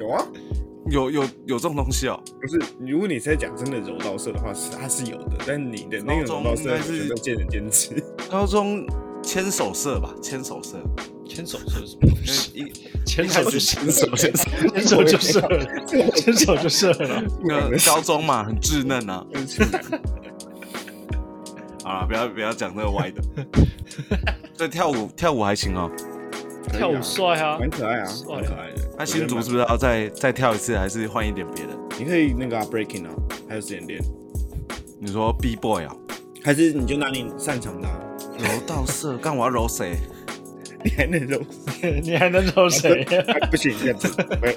A: 有啊，
C: 有有有这种东西哦。
A: 不是，如果你是在讲真的柔道社的话，是它是有的，但你的那个柔道
C: 高中应
A: 社
C: 该是
A: 我觉得见仁见智。
C: 高中牵手社吧，牵手社，
B: 牵手社是什么东
C: 因为
B: 西？
C: 一
B: 牵手就射
C: [laughs] 牵手牵手，
A: [laughs]
B: [laughs] 牵手就射了，牵手就射
C: [laughs]
B: 了。
C: 呃那高中嘛，很稚嫩啊。
A: 真是难
C: 好了，不要不要讲那
A: [laughs]
C: 个歪的。对，跳舞跳舞还行哦。
A: 可以啊
B: 跳舞帅啊，
C: 哎
A: 蛮可爱啊，
B: 帅啊
A: 蛮可爱的。
C: 那新竹是不是要再再跳一次，还是换一点别的？
A: 你可以那个、啊、breaking 啊，还有时间练，
C: 你说 B boy 啊，
A: 还是你就拿你擅长的、啊，
C: 柔道社，干我要柔谁？
A: 你还能柔
B: [laughs] 你还能找
C: [laughs]
B: 谁？
A: 啊、不行，这样子，未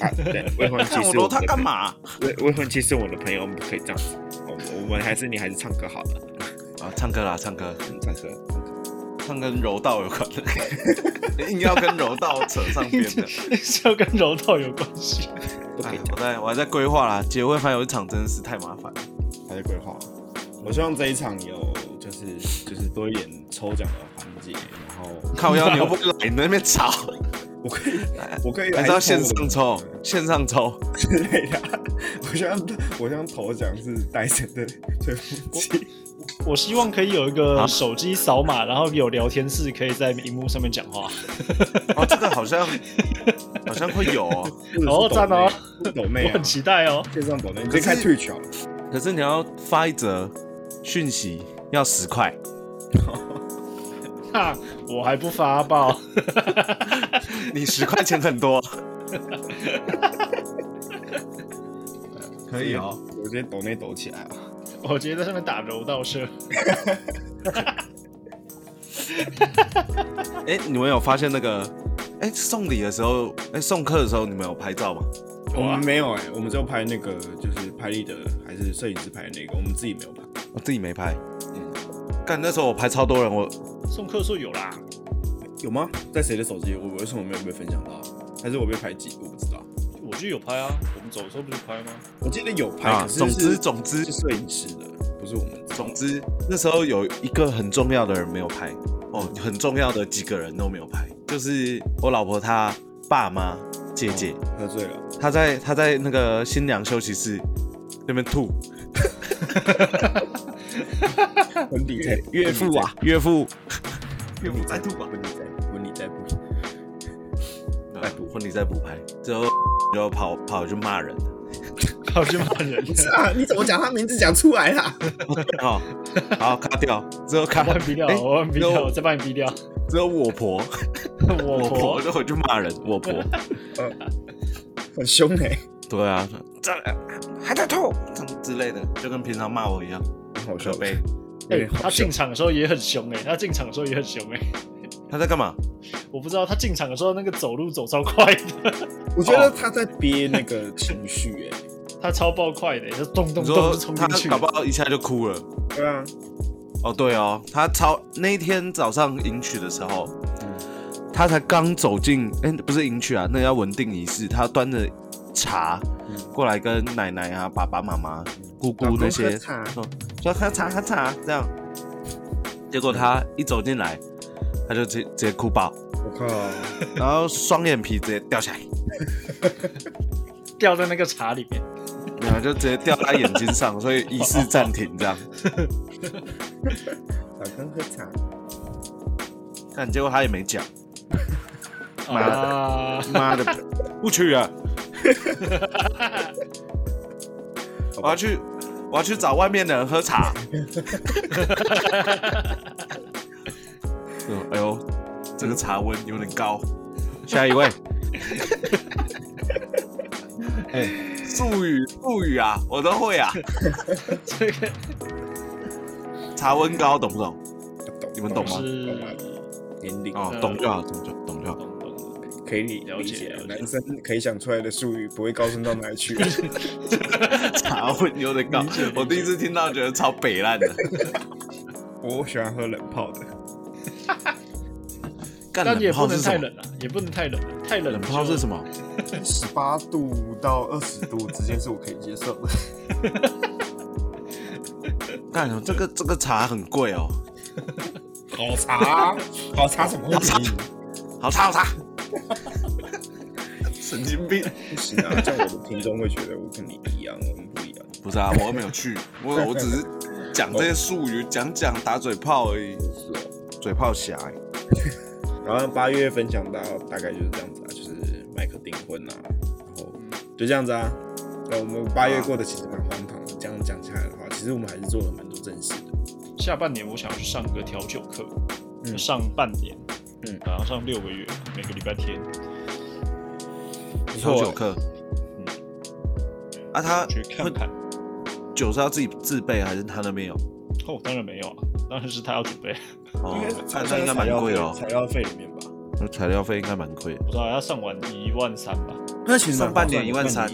A: 啊，对，未婚
C: 看
A: 妻是
C: 我揉
A: 我
C: 他
A: 的
C: 干
A: 朋友，
C: 嘛？啊
A: 未未婚妻是我的朋友，我们不可以这样子。我们我们还是你还是唱歌好了，
C: 啊，唱歌啦，唱歌，
A: 嗯唱歌，唱歌。
C: 唱跟柔道有关 [laughs] 的，硬要跟柔道扯上边
B: [laughs]
C: 的。
B: 是要跟柔道有关系？
A: 不可以
C: 哎
A: 讲
C: 我在我还在规划啦，结婚还有一场真的是太麻 [laughs] 烦了。
A: 还在规划。我希望这一场有就是就是多一点抽奖的环节，然后
C: 靠腰你又不来，你在那边吵，
A: 我可以我可以
C: [laughs] 哎还是要线
A: 抽
C: 上抽，线上 [laughs] 抽。
A: [laughs] 之类的啊。我希望我希望头奖是戴森的吹风机，
B: 我希望可以有一个
C: 啊
B: 手机扫码，然后有聊天室，可以在荧幕上面讲话。
C: 哦，这个好像好像会有哦， [laughs]
B: 哦赞哦
A: 或者是抖妹，
B: 我
C: 哎
A: 抖妹啊
B: 很，期待哦。
A: 线上抖妹，你
C: 可
A: 直接开
C: 是
A: Twitch 好了。
C: 可是你要发一则讯息要十块，
B: 哈，我还不发报，
C: 你十块钱很 [laughs] 多，可以哦。
A: 我直接抖内抖起来啊！
B: [laughs] 我觉得上面打柔道社，
C: 哎，你们有发现那个？哎，送礼的时候，哎，送客的时候，你们有啊拍照吗？
A: 我
C: 嗯
A: 们没有哎、我们就拍那个就是拍立得还是摄影师拍的那个，我们自己没有拍。
C: 我自己没拍。干那时候我拍超多人，我
B: 送客数有啦，
A: 有吗？在谁的手机？我我为什么没有被分享到？还是我被排挤？我不知道。
B: 我就有拍啊，我们走的时候不是拍吗？
A: 我记得有拍，
C: 啊，
A: 可是
C: 总之
A: 是
C: 总之
A: 是摄影师的，不是我们。
C: 总之那时候有一个很重要的人没有拍，哦，很重要的几个人都没有拍，就是我老婆她爸妈姐姐，
A: 喝醉
C: [laughs]
A: 了，
C: 她在她在那个新娘休息室那边吐，
A: 婚礼在
C: 岳父啊，岳父，
A: 婚礼在吐吧，婚礼在婚礼在吐。
C: 哎，婚礼再补拍，之后就跑跑去骂人，
B: 跑去骂 [laughs] 人，
A: 是 [laughs] 啊，你怎么讲他名字讲出来啊啦？
C: 哦，好卡掉，之后卡
B: 我帮你逼掉，
C: 哎
B: 我帮你逼
C: 之
B: 掉，
C: 后
B: 我再帮你逼掉，
C: 只有我婆，
B: 我
C: [laughs] 我
B: 婆
C: 婆就回去骂人，我婆，
A: [laughs] 很凶哎、
C: 对啊，这还在吐，这样之类的，就跟平常骂我一样，
A: 好笑
C: 可悲。
B: 哎、
A: 对，
B: 他
A: 好笑
B: 进。场的时候也很凶哎、他进场的时候也很凶哎、
C: 他在干嘛？
B: 我不知道他进场的时候那个走路走超快的， [laughs]
A: 我觉得他在憋那个情绪哎、
B: 他超爆快的、他咚咚
C: 你
B: 咚
C: 说
B: 就冲
C: 他
B: 进去
C: 搞，不好一下就哭了。
A: [laughs] 对啊，
C: 哦，对哦，他超那一天早上迎娶的时候，他才刚走进，哎，不是迎娶啊，那个要稳定仪式，他端着茶过来跟奶奶啊、爸爸妈妈、姑姑那
A: 老公
C: 些
A: 喝茶
C: 说说喝茶喝茶这样，结果他一走进来，他就直直接哭爆，
A: 我靠，
C: 然后双眼皮直接掉下来，
B: 掉在那个茶里面，
C: 然后就直接掉他眼睛上，所以仪式暂停这样。
A: 老公喝茶，
C: 但结果他也没讲，妈的
B: 啊，
C: 妈的，不娶啊！
A: 好
C: 我要
A: 吧，
C: 去，我要去找外面的人喝茶。嗯哎呦，这个茶温有点高。下一位。哎，术语术语啊，我都会啊。
B: 这个
C: 茶温高懂不懂？你哦们懂吗
B: 是
A: 啊年龄
C: 哦，懂就好，懂就好懂就好。
B: 咚咚咚
A: 可以理
B: 了
A: 理
B: 解
A: 解啊
B: 了，解
A: 男生可以想出来的术语不会高深到哪里去。
C: 茶温有点高，我第一次听到觉得超北烂的。
A: 我喜欢喝冷泡的，
C: 干
B: 但也
C: 冷
B: 不
C: 泡是
B: 能
C: 什
B: 太
C: 么？
B: 冷了，也不能太冷了，太冷
C: 冷泡是什
B: 么？
C: 么？
A: 十八度到二十度之间是我可以接受的。
C: 干这个这个茶很贵哦。
A: 好茶，啊好茶怎么会便宜？
C: 好茶好茶， [laughs] 神经病！
A: 不行啊，这样我的听众会觉得我跟你一样，我们不一样。
C: 不是啊，我又没有去，我我只是讲这些术语，讲讲打嘴炮而已，
A: 就是哦。
C: 嘴炮侠、欸。
A: 然后八月分享到大概就是这样子啊，就是麦克订婚啊，然后就这样子啊。那我们八月过得其实蛮荒唐的，这样讲下来的话，其实我们还是做了蛮多正事的。
B: 下半年我想要去上个调酒课，
A: 嗯
B: 上半年，
A: 嗯
B: 然后上六个月，每个礼拜天
A: 不
C: 调酒
A: 错，
C: 课，啊，他
B: 去看看。
C: 酒是要自己自备还是他那边有？
B: 哦，当然没有啊，当然是他要准备，
C: 哦
A: 应该，
C: 那那应该蛮贵的哦
A: 材，料费里面吧？
C: 那材料费应该蛮贵的。
B: 不知道要上完一万三吧？
A: 那其实
C: 上半年13,000
A: 一万三，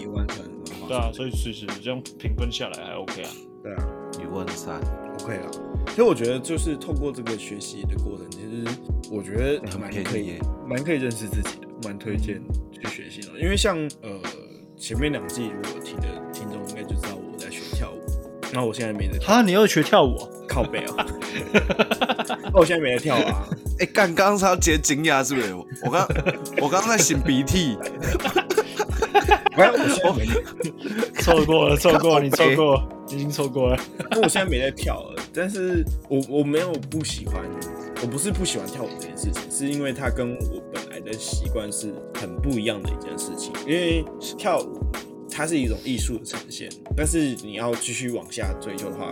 B: 对啊，所以其实这样平分下来还 OK 啊。
A: 对啊
C: 一万三，
A: ，OK 了。其实我觉得就是透过这个学习的过程，其实我觉得
C: 很
A: 蛮
C: 便
A: 可
C: 宜
A: 以
C: 耶，
A: 蛮可以认识自己的，蛮推荐去学习的。因为像呃前面两季如果听的听众应该就知道我在学跳舞，那我现在没得跳
B: 哈，你又学跳舞、
A: 靠背哦，那我现在没得跳啊，
C: 哎，干，刚刚是要接惊讶是不是？我我刚我刚刚在擤鼻涕，
A: 反正我现在没得，
B: 错过
C: [laughs]
B: 了，错过了，你
C: 靠
B: 错
C: 北
B: 过了，你已经错过了。
A: 因为我现在没得跳了，但是我我没有不喜欢。我不是不喜欢跳舞这件事情，是因为它跟我本来的习惯是很不一样的一件事情。因为跳舞它是一种艺术的呈现，但是你要继续往下追究的话，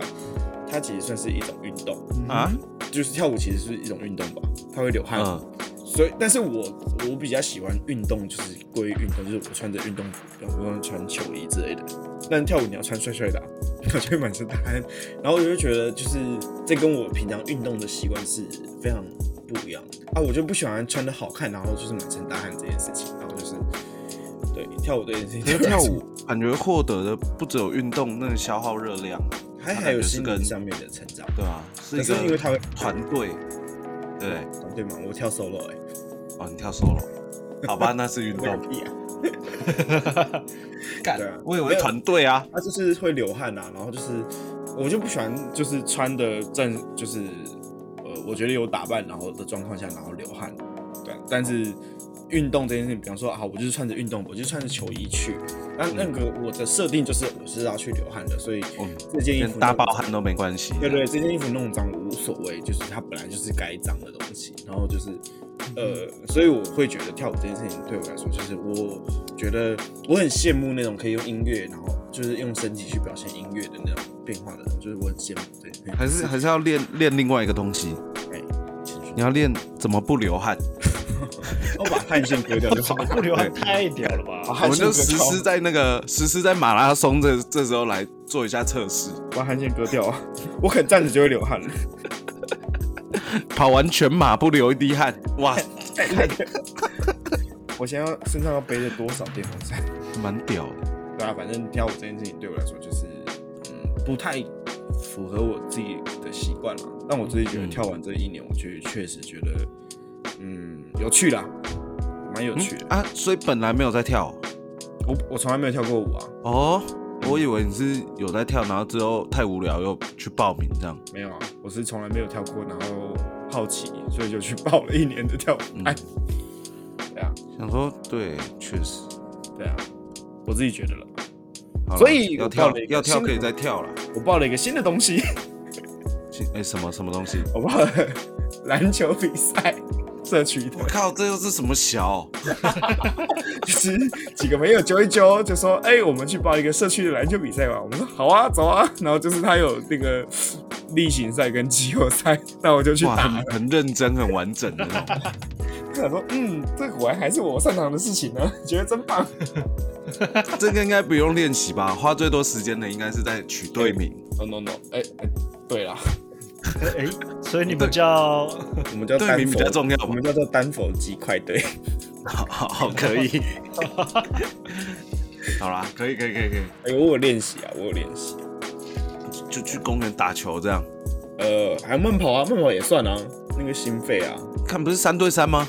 A: 它其实算是一种运动。
B: 嗯
C: 啊，
A: 就是跳舞其实是一种运动吧，它会流汗，
C: 嗯
A: 所以但是我我比较喜欢运动，就是归运动，就是我穿着运动服，然后我穿球衣之类的。但跳舞你要穿帅帅的、啊，我就会满身大汗，然后我就觉得就是这跟我平常运动的习惯是非常不一样的啊，我就不喜欢穿的好看，然后就是满身大汗这件事情，然后就是对跳舞这件事情，
C: 因为 [laughs] 跳舞感觉获得的不只有运动那个消耗热量，
A: 还
C: 它
A: 还有
C: 感觉是
A: 心理
C: 跟
A: 上面的成
C: [laughs]
A: 长，
C: 对啊，是
A: 可
C: 一
A: 是因为
C: 个
A: 它会
C: 团队，对，
A: 对嘛，我跳 solo 哎、
C: 哦，你跳 solo，好吧，那是运
A: 我有
C: 动，
A: 屁啊！
C: [laughs] 干
A: 对啊，
C: 我以
A: 没
C: 为
A: 有
C: 团队啊，
A: 他就是会流汗啊，然后就是我就不喜欢就是穿的正就是呃，我觉得有打扮然后的状况下然后流汗，对，但是。运动这件事情，比方说啊，我就是穿着运动，我就是穿着球衣去。那那个我的设定就是我是要去流汗的，所以
C: 嗯
A: 这件衣
C: 连
A: 服
C: 大爆汗都没关系，
A: 对对，这件衣服弄脏无所谓，就是它本来就是该脏的东西。然后就是，呃，所以我会觉得跳舞这件事情对我来说，就是我觉得我很羡慕那种可以用音乐，然后就是用身体去表现音乐的那种变化的人，就是我很羡慕这件事情。
C: 还是还是要练练另外一个东西，
A: 哎，其实
C: 你要练怎么不流汗，
A: [laughs] 我把汗腺割掉就好了。
B: 不流汗太屌了
A: 把
B: 吧？
C: 我
A: 汗
C: 们
A: 腺
C: 就
A: 割
C: 实
A: 掉
C: 施在那个实施在马拉松这这时候来做一下测试，
A: [laughs] 把汗腺割掉啊！我可能站着就会流 [laughs] 汗了。
C: 跑完全马不流一滴汗，哇，
A: 我现在要身上要背着多少电风扇？
C: 蛮屌的，
A: 对啊，反正跳舞这件事情对我来说就是，嗯，不太符合我自己的习惯了。但我自己觉得
C: 嗯
A: 跳完这一年，我觉得确实觉得，嗯，有趣啦，蛮有趣的。
C: 啊，所以本来没有在跳
A: 我我从来没有跳过舞啊，
C: 哦。我以为你是有在跳，然后之后太无聊又去报名这样。
A: 没有啊，我是从来没有跳过，然后好奇，所以就去报了一年的跳舞班。
C: 嗯
A: [laughs] 对啊，
C: 想说，对，确实。
A: 对啊，我自己觉得了。
C: 好啦
A: 所以
C: 要
A: 我
C: 跳
A: 报了一个
C: 要跳
A: 新
C: 可以
A: 的
C: 再跳了。
A: 我报了一个新的东西， [laughs]
C: 哎、什么什么东西？
A: 我报了篮球比赛，社区的
C: 我。靠，这又是什么小？
A: 就是几个朋友揪一揪，就说：“哎、我们去报一个社区的篮球比赛吧。”我们说：“好啊，走啊。” [laughs] 然后就是他有那个例行赛跟季后赛，那我就去
C: 哇，
A: 打
C: 很很认真，很完整的那 [laughs] 种。
A: 他说：“嗯，这果然还是我擅长的事情呢、觉得真棒。
C: 这个应该不用练习吧？花最多时间的应该是在取队名。
A: ”No No No，哎、哎对啦，
B: 哎，所以你们叫
A: [laughs] 我们叫
C: 队名比较重要吧
A: 我们叫做单否鸡快队。
C: 好好 [laughs] 好，可以。好啦，可以可以可以可以，
A: [laughs] 哎、我有练习啊，我有练习、
C: 就去公园打球这样。
A: 呃，还有慢跑啊，慢跑也算啊，那个心肺啊，
C: 看不是三对三吗？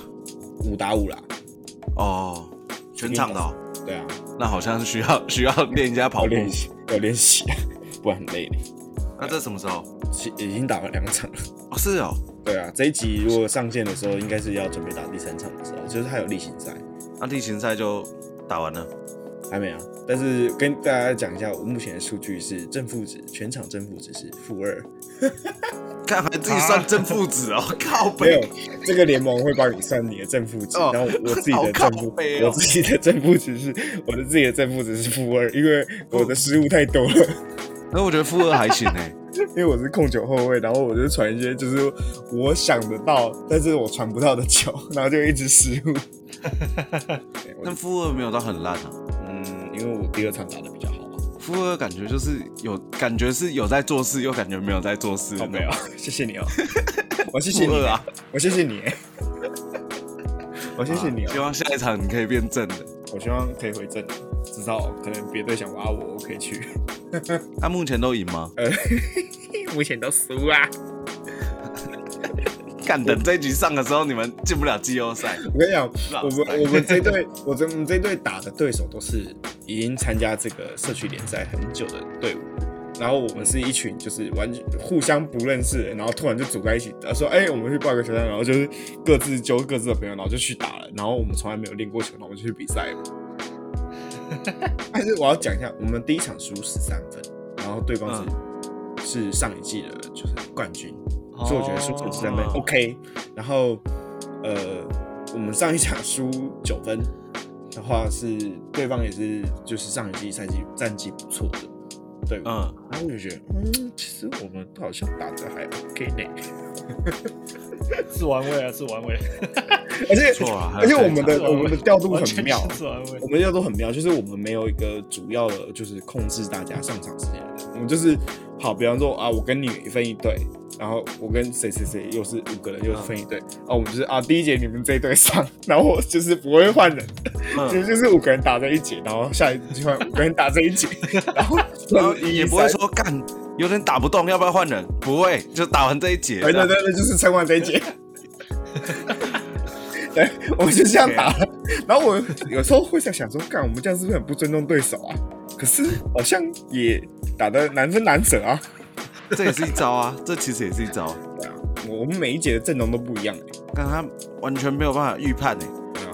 A: 五打五啦，
C: 哦，全场的、哦，
A: 对啊，
C: 那好像需要 [laughs] 需要练一下跑
A: 要
C: 步。
A: 练习，要练习，啊不然很累的。
C: 那这什么时候？
A: 其已经打了两场了。
C: 哦，是哦。
A: 对啊，这一集如果上线的时候，应该是要准备打第三场的时候，就是还有例行赛，
C: 那啊例行赛就打完了。
A: 还没啊。但是跟大家讲一下，我目前的数据是正负值，全场正负值是负二，
C: 看还自己算正负值 [laughs] 哦，靠
A: 没有
C: 背，
A: 这个联盟会帮你算你的正负值，
C: 哦
A: 然后我我自己 [laughs] 的
C: 好
A: 正
C: 靠
A: 负，
C: 北哦
A: 我自己的正负值是我的自己的正负值是负二，因为我的失误太多了， [laughs]
C: 那我觉得负二还行哎，
A: 因为我是控球后卫，然后我就传一些就是我想得到，但是我传不到的球，然后就一直失误。对我
C: [laughs] 但负二没有到很烂啊。
A: 嗯，因为我第二场打的比较好啊。
C: 负二感觉就是有感觉是有在做事，又感觉没有在做事。
A: 好没有， [laughs] 谢谢你哦，我谢谢
C: 负
A: 你
C: 二，啊，
A: 我谢 [laughs] 谢你，我谢谢你
C: 希
A: 哦，
C: 望下一场你可啊以变正的。
A: 我希望可以回正，至少可能别队想挖我，我可以去。
C: 他啊目前都赢吗？
A: 呃， [laughs] 目前都输啊，
C: 看等这一局上的时候，你们进不了季后赛。
A: 我跟你讲，
C: 老
A: 我
C: 实
A: 们我们这队，我这我们这队打的对手都是已经参加这个社区联赛很久的队伍。然后我们是一群就是完全互相不认识的人，然后突然就组在一起，呃说哎、我们去报个球赛，然后就是各自揪各自的朋友，然后就去打了。然后我们从来没有练过球，然后我们就去比赛了。 [laughs] 但是我要讲一下，我们第一场输十三分，然后对方是、是上一季的就是冠军，所以我觉得输九十三分
C: 哦
A: OK。然后呃，我们上一场 [laughs] 输九分的话是对方也是就是上一季赛季战绩不错的，对吧？
C: 嗯，
A: 然后我就觉得，嗯，其实我们好像打的还 OK 呢，
B: 自玩味啊，自玩味，
A: 而且
C: 不错啊，还有
A: 而且我
C: 在
A: 们
C: 场
A: 的我们的调度
B: 完全是
A: 很妙，
B: 自玩味
A: 我。们的调度很妙，就是我们没有一个主要的，就是控制大家上场时间的人，我们就是好，比方说啊，我跟你分一队。然后我跟谁谁谁又是五个人，
C: 嗯
A: 又是分一队、哦，我们就是啊，第一节你们这一队上，然后我就是不会换人，其
C: 嗯
A: 实就是五个人打这一节，然后下一就换五个人打这一
C: [laughs]
A: 节，然后
C: 然后也不会
A: 说。
C: 说干，有点打不动，要不要换人？不会，就打完这一节。
A: 哎对对对对，就是撑完这一节。 [laughs] 对，我们就这样打。然后我有时候会想想说，干，我们这样是不是很不尊重对手啊？可是好像也打得难分难舍啊。
C: 这这也是一招啊，这其实也是一招。
A: 对啊，我我们每一节的阵容都不一样、欸，
C: 但他完全没有办法预判诶、
A: 对啊。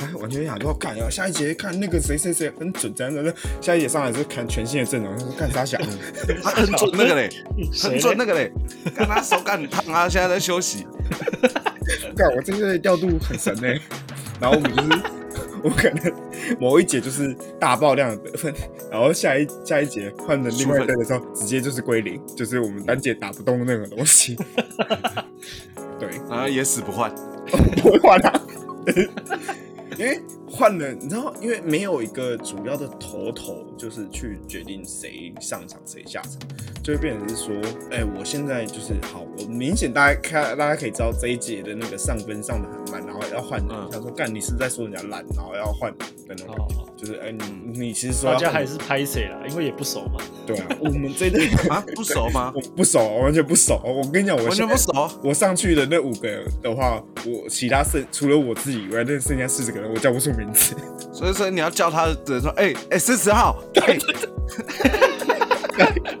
A: 哎，完全想说，干，要下一节看那个谁谁谁很准，这样这样，下一节上来是看全新的阵容，他说干啥想？
C: 他很准那个嘞，
B: 谁
C: 很
B: 嘞
C: 准那个嘞，看他手感很烫啊，现在在休息。
A: 干，我这个调度很神呢、欸然后我们就是，我可能某一节就是大爆量的得分，然后下一下一节换成另外一队的时候，直接就是归零，就是我们单节打不动那种东西。 [laughs] 对，
C: 然后也死不
A: [laughs]
C: 换。
A: 不会换啊，因为换了，你知道，因为没有一个主要的头头，就是去决定谁上场谁下场，就会变成是说，哎、我现在就是好，我明显大家看，大家可以知道这一届的那个上分上的很慢，然后要换人，
C: 嗯
A: 他说干你是在说人家烂，然后要换人的那种感觉，
B: 哦，
A: 就是哎、你你其实说要
B: 大家
A: 换
B: 还是拍谁啦，因为也不熟嘛。
A: 对啊，我们这一队
C: 啊，不熟吗？
A: 我不熟，我完全不熟，我跟你讲，我
C: 完
A: 现
C: 全
A: 在
C: 不熟。
A: 我上去的那五个人的话，我其他剩除了我自己以外，那剩下四十个人我叫不出名字， [laughs]
C: 所以说你要叫他的人说，哎、哎，四、十号，哎、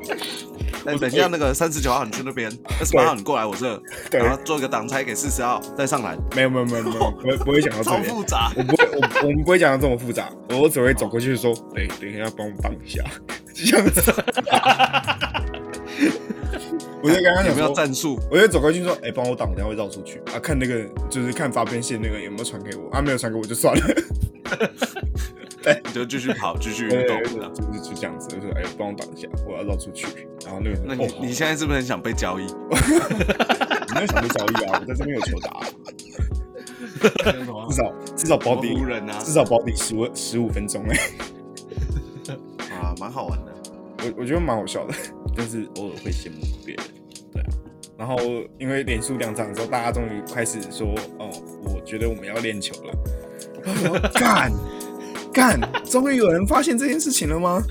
C: [laughs] 哎等一下，那个三十九号你去那边，二十八号你过来我这，
A: 对
C: 然后做一个挡拆给四十号，再上来，
A: 没有没有没有没有，不
C: [laughs]
A: 会不会讲到
C: 超
A: 这边
C: 复，杂。
A: 我不会我我们不会讲到这么复杂，我只会走过去说， [laughs] 哎、等一下帮我帮一下， [laughs] 就这样子。我就跟他
C: 有
A: 讲
C: 没有
A: 说，
C: 战术？
A: 我就走过去说，哎、帮我挡，然后会绕出去啊，看那个就是看发边线那个有没有传给我啊，没有传给我就算了。
C: 你就继续跑，继续
A: 对
C: 运
A: 对 [laughs] 对，
C: 动。这样
A: 就是就这样子，我说哎，帮我挡一下，我要绕出去。然后那个人说，
C: 那你
A: 哦好
C: 你现在是不是很想被交易？
A: 没有想被交易啊，我在这边有球
C: [laughs]
A: 打、至少至少保底，
C: 湖人啊
A: 至少保底十五十五分钟哎、
C: 啊，蛮好玩的。
A: 我我觉得蛮好笑的，但是偶尔会羡慕别人，对啊。然后因为连输两场之后，大家终于开始说，哦，我觉得我们要练球了。我说干干，终于有人发现这件事情了吗？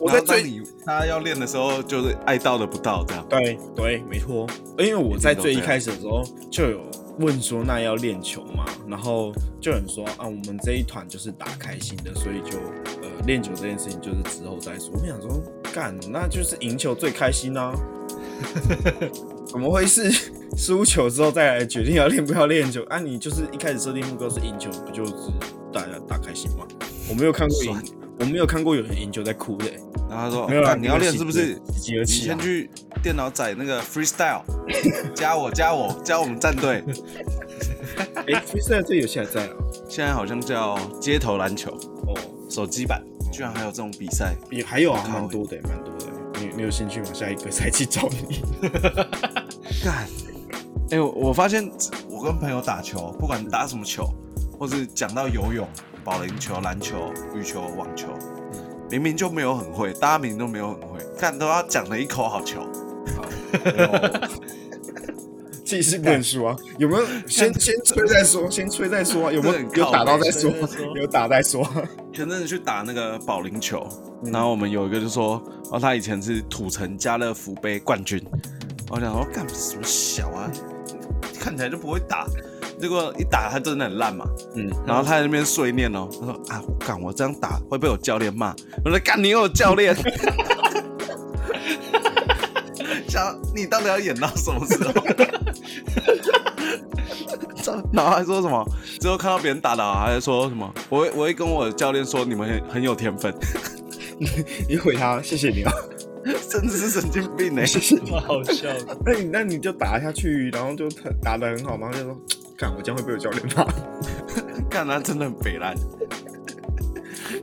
A: 我
C: 然
A: 在
C: 后当
A: 最
C: 你他要练的时候，就是爱到的不到这样。
A: 对对，没错。因为我在最一开始的时候就有问说，那要练球嘛？然后就有人说啊，我们这一团就是打开心的，所以就呃练球这件事情就是之后再说。我想说，干，那就是赢球最开心啊， [laughs] 怎么会是输球之后再来决定要练不要练球？啊，你就是一开始设定目标是赢球，不就是大家打开心吗？我没有看过赢
C: 爽，
A: 我没有看过有人赢球在哭的、欸，
C: 然后他说：“
A: 没有啦
C: 哦干你要练是不是？
A: 喜极而
C: 你
A: 泣啊
C: 先去电脑载那个 freestyle，加 [laughs] 我加我加我们战队。
A: 哎、欸，现在这游戏还在啊。
C: 现在好像叫街头篮球
A: 哦，
C: 手机版，居然还有这种比赛。
A: 也还有啊，
C: 靠
A: 蛮多的，蛮多的。你你有兴趣吗？下一个赛季找你。
C: 干，哎、我我发现我跟朋友打球，不管打什么球，或是讲到游泳、保龄球、篮球、羽球、网球，明明就没有很会，大家明明都没有很会，但都要讲了一口好球。 [laughs]
A: 这是不能输啊，有没有先先吹再说，先吹再说啊，有没有
C: 这很靠
A: 有打到再说
B: 背吹再，说
A: 有打再说啊。
C: 前阵子去打那个保龄球，
A: 嗯
C: 然后我们有一个就说，哦，他以前是土城家乐福杯冠军。我想说，干什么小啊，看起来就不会打。结果一打他真的很烂嘛，
A: 嗯，
C: 然后他在那边碎念哦，他说啊，我干我这样打会被我教练骂。我说干你有教练，想你到底要演到什么时候？ [laughs] 然后还说什么？之后看到别人打倒，还说什么？我会我会跟我教练说你们很很有天分，
A: 你回他，谢谢你 [laughs] 啊，
C: [laughs] 甚至是神经病 [laughs] 呢、欸。
B: 蛮好笑
A: [laughs]
B: 的。
A: 那你那你就打下去，然后就打打得很好，然后就说，看我将会被我教练骂。
C: 看他真的很北烂。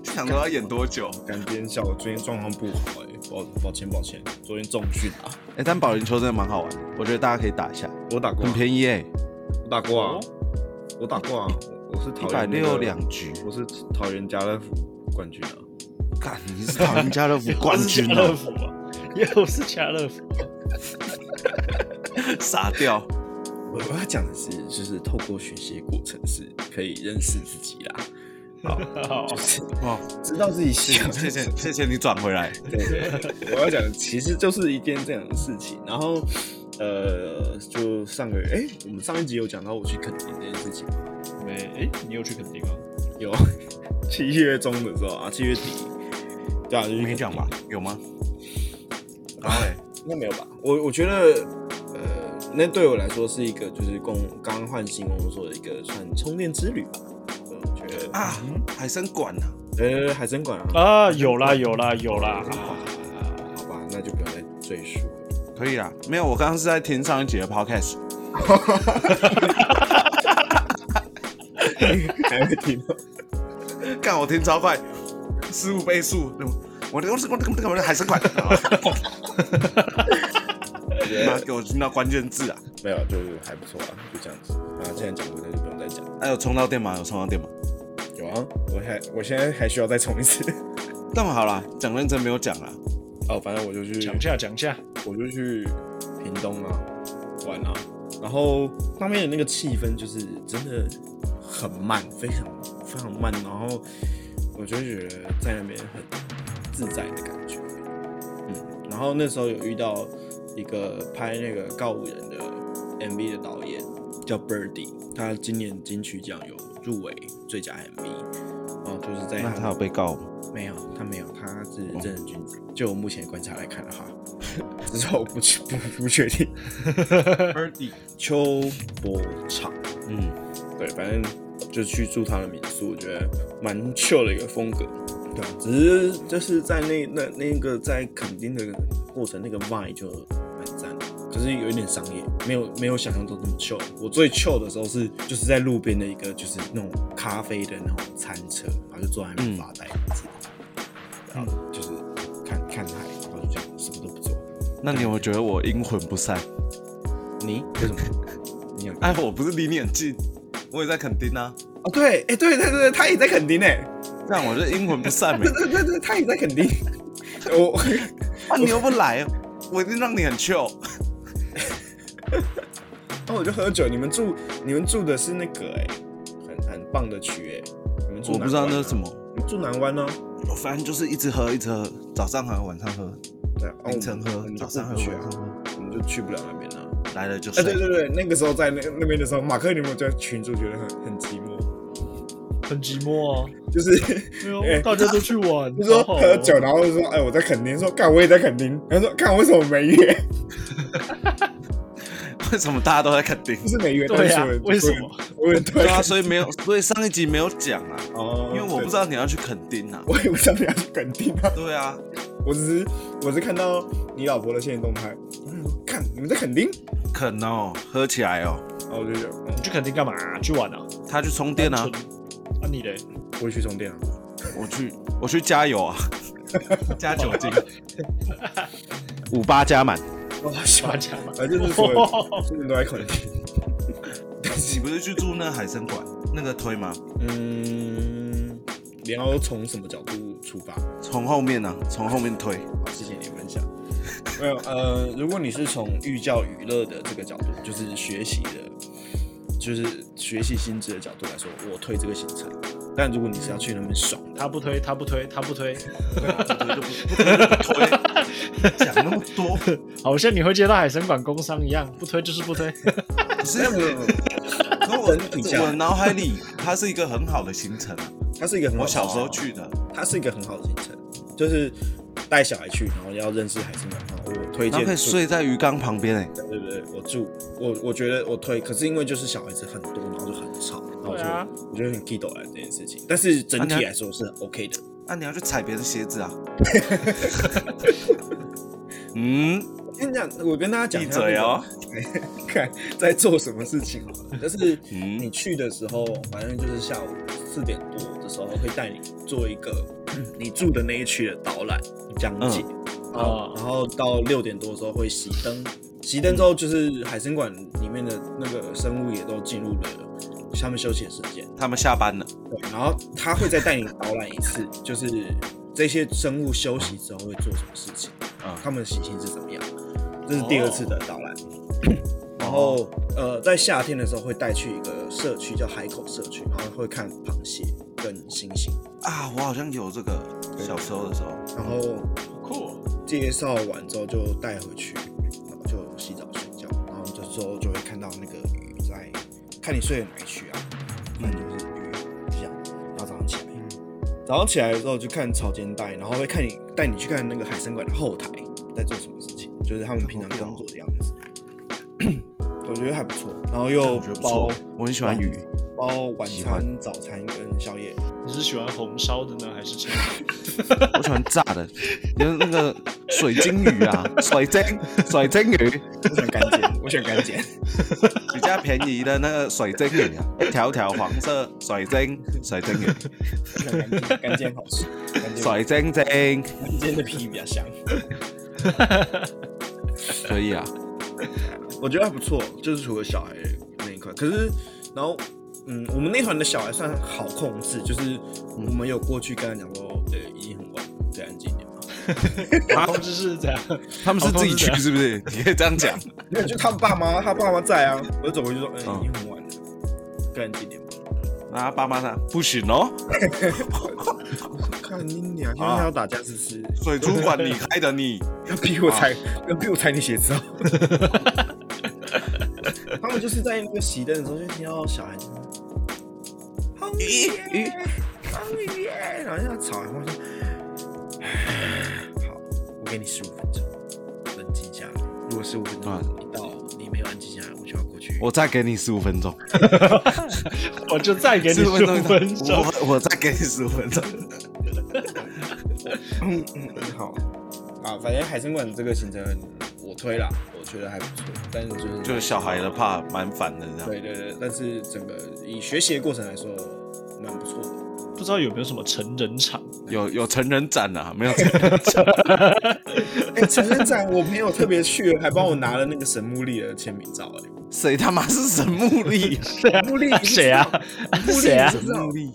C: 想说要演多 [laughs] 久？
A: 干边笑，我最近状况不好哎、抱抱歉抱歉，昨天重训啊，
C: 哎、但保龄球真的蛮好玩的，我觉得大家可以打一下，
A: 我打过啊、
C: 很便宜哎、
A: 我打过啊
B: 哦，
A: 我打过啊，我我是
C: 一
A: 桃
C: 百
A: 园那
C: 六
A: 个
C: 两，局。
A: 我是桃园家乐福冠军啊，
C: [laughs] 干，你 [laughs] 是打赢家乐福冠军哦
B: 家乐
C: [laughs] 了，
B: 福啊，又是家乐福，
C: 傻掉。
A: 我我要讲的是，就是透过学习的过程是可以认识自己啦，
B: 啊好
A: 就是
C: 哇，
A: 知道自己 [laughs] 喜欢
C: [laughs] 谢谢谢谢你转回来。
A: 对，我要讲的其实就是一件这样的事情。然后，呃，就上个月，哎、我们上一集有讲到我去垦丁这件事情吗，
B: 没，哎，你又去垦丁啊？
A: 有七月中的时候啊，七月底，对啊，就是去垦
C: 没
A: 丁
C: 讲吧？？有吗？然后嘞，
A: 应该没有吧？我我觉得，呃，那对我来说是一个就是工刚换新工作的一个算充电之旅吧。对我觉得，
C: 啊，海参馆啊呐，
A: 呃，海参馆啊，
B: 啊，有啦有啦有啦，
A: 好吧，那就不要再赘述了。
C: 可以啦。没有，我刚刚是在听上一集的 podcast。
A: 还没听到，
C: 干，我听超快，十五倍速。我我我我我海参馆，妈给我听到关键字啊！
A: 没有，就是还不错啊，就这样子。啊，既然讲过，那就不用再讲。
C: 哎，有充到电吗？有充到电吗？
A: 有啊，我还我现在还需要再重一次。
C: 但好啦，讲认真没有讲啦。
A: 哦，反正我就去
B: 讲一，下讲一下，
A: 我就去屏东啊玩啊，然后那边的那个气氛就是真的很慢，非常非常慢，然后我就觉得在那边很自在的感觉。嗯，然后那时候有遇到一个拍那个告五人的 MV 的导演叫 Birdy，他今年金曲奖有入围最佳 MV，哦，就是在
C: 那
A: 的
C: 哎他有被告吗？
A: 没有，他没有，他是正人君子。就我目前的观察来看的话， [laughs] 只是我不确不不确 [laughs] 定。秋波场，
C: 嗯，
A: 对，反正就去住他的民宿，我觉得蛮 chill 的一个风格。对啊，只是就是在那那那个在垦丁的过程，那个 vibe 就蛮赞的，就是有一点商业，没有没有想象中那么 chill。我最 chill 的时候是就是在路边的一个就是那种咖啡的那种餐车，然后就坐在那边发呆，然后就是看看海，然后就这样什么都不做。
C: 那你有没有觉得我阴魂不散？
A: [laughs] 你为什么？你想
C: 哎，我不是离你很近，我也在垦丁啊。
A: 哦，对，哎、对对对，他也在垦丁哎、
C: 但我这阴魂不散没欸 [laughs]
A: 对？对对对，他也在 [laughs] 垦丁。我
C: 啊，你又不来，我一定让你很 chill。
A: 那我就喝酒。你们住你们住的是那个哎、很很棒的区哎、你们住
C: 我不知道
A: 南湾啊
C: 那是什么，
A: 你们住南湾呢、啊
C: 我反正就是一直喝，一直喝，早上喝，晚上喝，
A: 对啊，哦
C: 凌晨
A: 我
C: 喝
A: 们，
C: 早上喝，
A: 我们就
C: 晚
A: 过不去
C: 上
A: 啊，
C: 喝，
A: 我们就去不了那边了、啊。
C: 来了就
A: 哎、对
C: 睡。
A: 对对，那个时候在那那边的时候，马克，你有没有在群主觉得很很寂寞？
B: 很寂寞啊，
A: 就是 [laughs]
B: 没有，大家都去玩，
A: 就哎说
B: 好好哦
A: 喝酒，然后就说哎、我在垦丁，说干我也在垦丁，然后说看为什么没约，
C: 为什么大家都在垦丁
A: 不？是没约，
B: 对
A: 呀、
B: 呀
A: 啊，，
B: 为什么？
A: 我也对
C: [laughs] 对啊，所以没有，所以上一集没有讲啊，
A: 哦
C: 因为我不知道你要去垦丁啊。
A: 我也不知道你要去垦丁啊，
C: 对啊，
A: 我只是我是看到你老婆的现实动态，我想说看你们在垦丁，
C: 垦哦，喝起来哦，
A: 然后我就觉得，嗯
B: 你去垦丁干嘛？去玩啊？
C: 他去充电啊
B: 单，纯？啊你嘞？
A: 我会去充电啊，
C: 我去，我去加油啊， [laughs] 加酒 [laughs] 精，五八加满。
A: 哇，喜
B: 八
A: 欢，
B: 家嘛。
A: 反正啊就是所有所有人都在垦丁，
C: 你不是去住那海参馆那个推吗？
A: 嗯，你要从什么角度出发？
C: 从后面啊，从后面 [laughs] 推。
A: 好，谢谢你分享。没有，呃，如果你是从寓教于乐的这个角度，就是学习的，就是学习心智的角度来说，我推这个行程。但如果你是要去那边爽的，
B: [laughs] 他不推，他不推，他不推，
C: 对就不不推就不推，讲那么多，
B: 好像你会接到海参馆工商一样，不推就是不推。
C: 可是
A: 没有没有没有，
C: 可我
A: 整体下来
C: 我脑海里它是一个很好的行程啊，
A: 它是一个很好
C: 我
A: 的
C: 小时
A: 行
C: 候
A: 程
C: 去的，
A: 它是一个很好的行程，就是带小孩去，然后要认识海参馆。然后我推荐
C: 然后可以
A: 住
C: 睡在鱼缸旁边哎，
A: 对对对，我住我我觉得我推，可是因为就是小孩子很多，然后就很吵，然后我就、
B: 对啊
A: 我觉得很 kiddo 来这件事情，但是整
C: 啊
A: 体
C: 你要
A: 来说是 OK 的。
C: 啊你要去踩别人鞋 [laughs] 子啊，嗯，
A: 我跟你讲，我跟大家讲
C: 闭
A: 一下那个
C: 嘴哦，
A: [laughs] 看在做什么事情好了。就是
C: 嗯
A: 你去的时候，反正就是下午四点多的时时候会带你做一个嗯你住的那一区的导览讲解，然后
B: 哦
A: 然后到六点多的时候会熄灯，熄灯之后就是海参馆里面的那个生物也都进入了他们休息的时间，
C: 他们下班了，
A: 对，然后他会再带你导览一次，就是这些生物休息之后会做什么事情，
C: 嗯
A: 他们的习性是怎么样，这是第二次的导览。然
C: 哦
A: 后呃，在夏天的时候会带去一个社区叫海口社区，然后会看螃蟹跟猩猩，
C: 啊，我好像有这个，小时候的时候，
A: 然后
B: 酷
C: 哦
A: 介绍完之后就带回去，然后就洗澡睡觉，然后这时候就会看到那个鱼在，看你睡的哪一区啊，
C: 嗯
A: 反正就是鱼这样，然后早上起来，早上起来的时候就看潮间带，然后会看你带你去看那个海参馆的后台在做什么事情，就是他们平常
C: 哦
A: 工作的样子。 [clears throat] 我觉得还不错，然后又
C: 我觉得不
A: 包
C: 错，我很喜欢鱼，
A: 包晚
C: 喜欢
A: 餐、早餐跟宵夜，
B: 你是喜欢红烧的呢，还是清蒸？ [laughs]
C: 我喜欢炸的，就是那个水晶鱼啊， [laughs] 水晶水晶鱼，
A: [laughs] 我喜欢干煎， [laughs] 我喜欢干煎。
C: 比较便宜的那个水晶鱼啊，一条条黄色水晶水晶鱼，
A: 干煎 [laughs] 干煎好吃，干煎
C: 水晶晶，
A: 干煎的皮比较香。
C: 可以啊，
A: 我觉得还不错，就是除了小孩那一块，可是然后嗯，我们那团的小孩算好控制，就是我们有过去跟他讲说，呃、已经很晚了，再安静一点吧。啊
B: 然后就是这样，
C: 他们是自己去是不是？你可以这样 [laughs] 讲，
A: 没有，就他爸妈，他爸妈在啊，我就走过去说，嗯、
C: 嗯
A: 已经很晚了，再安静一点吧。
C: 那他啊爸妈呢？不行哦，
A: 看你娘，现在还要打架是不是？
C: 水族馆你开的你，
A: 要逼
C: 啊
A: 我踩，要逼我踩你鞋子
C: [laughs]
A: 哦。他们就是在那个熄灯的时候，就听到小孩子，好耶，好耶，然后就吵，然后就，好，我给你十五分钟，冷静下来。如果十五分钟一到，你没有安静下来，我就要过去。
C: 啊我再给你十五分钟，
B: 我就再给你十五分钟。
C: 我我再给你十五分钟，
A: 嗯嗯嗯好啊，反正海参馆这个行程我推啦，我觉得还不错，但是就是
C: 就是小孩的怕蛮烦的这样。
A: 对对对，但是整个以学习的过程来说，蛮不错的。
B: 不知道有没有什么成人场？
C: 有有成人展啊，没有成人
A: 哎、成人 [laughs] 展我朋友特别去了，还帮我拿了那个神木利的签名照、哎，
C: 谁他妈是神木
B: [laughs] [laughs]
C: 力？
B: 谁啊
A: 木力你？知
B: 谁啊
A: 道？
B: 谁啊？
A: 神木利，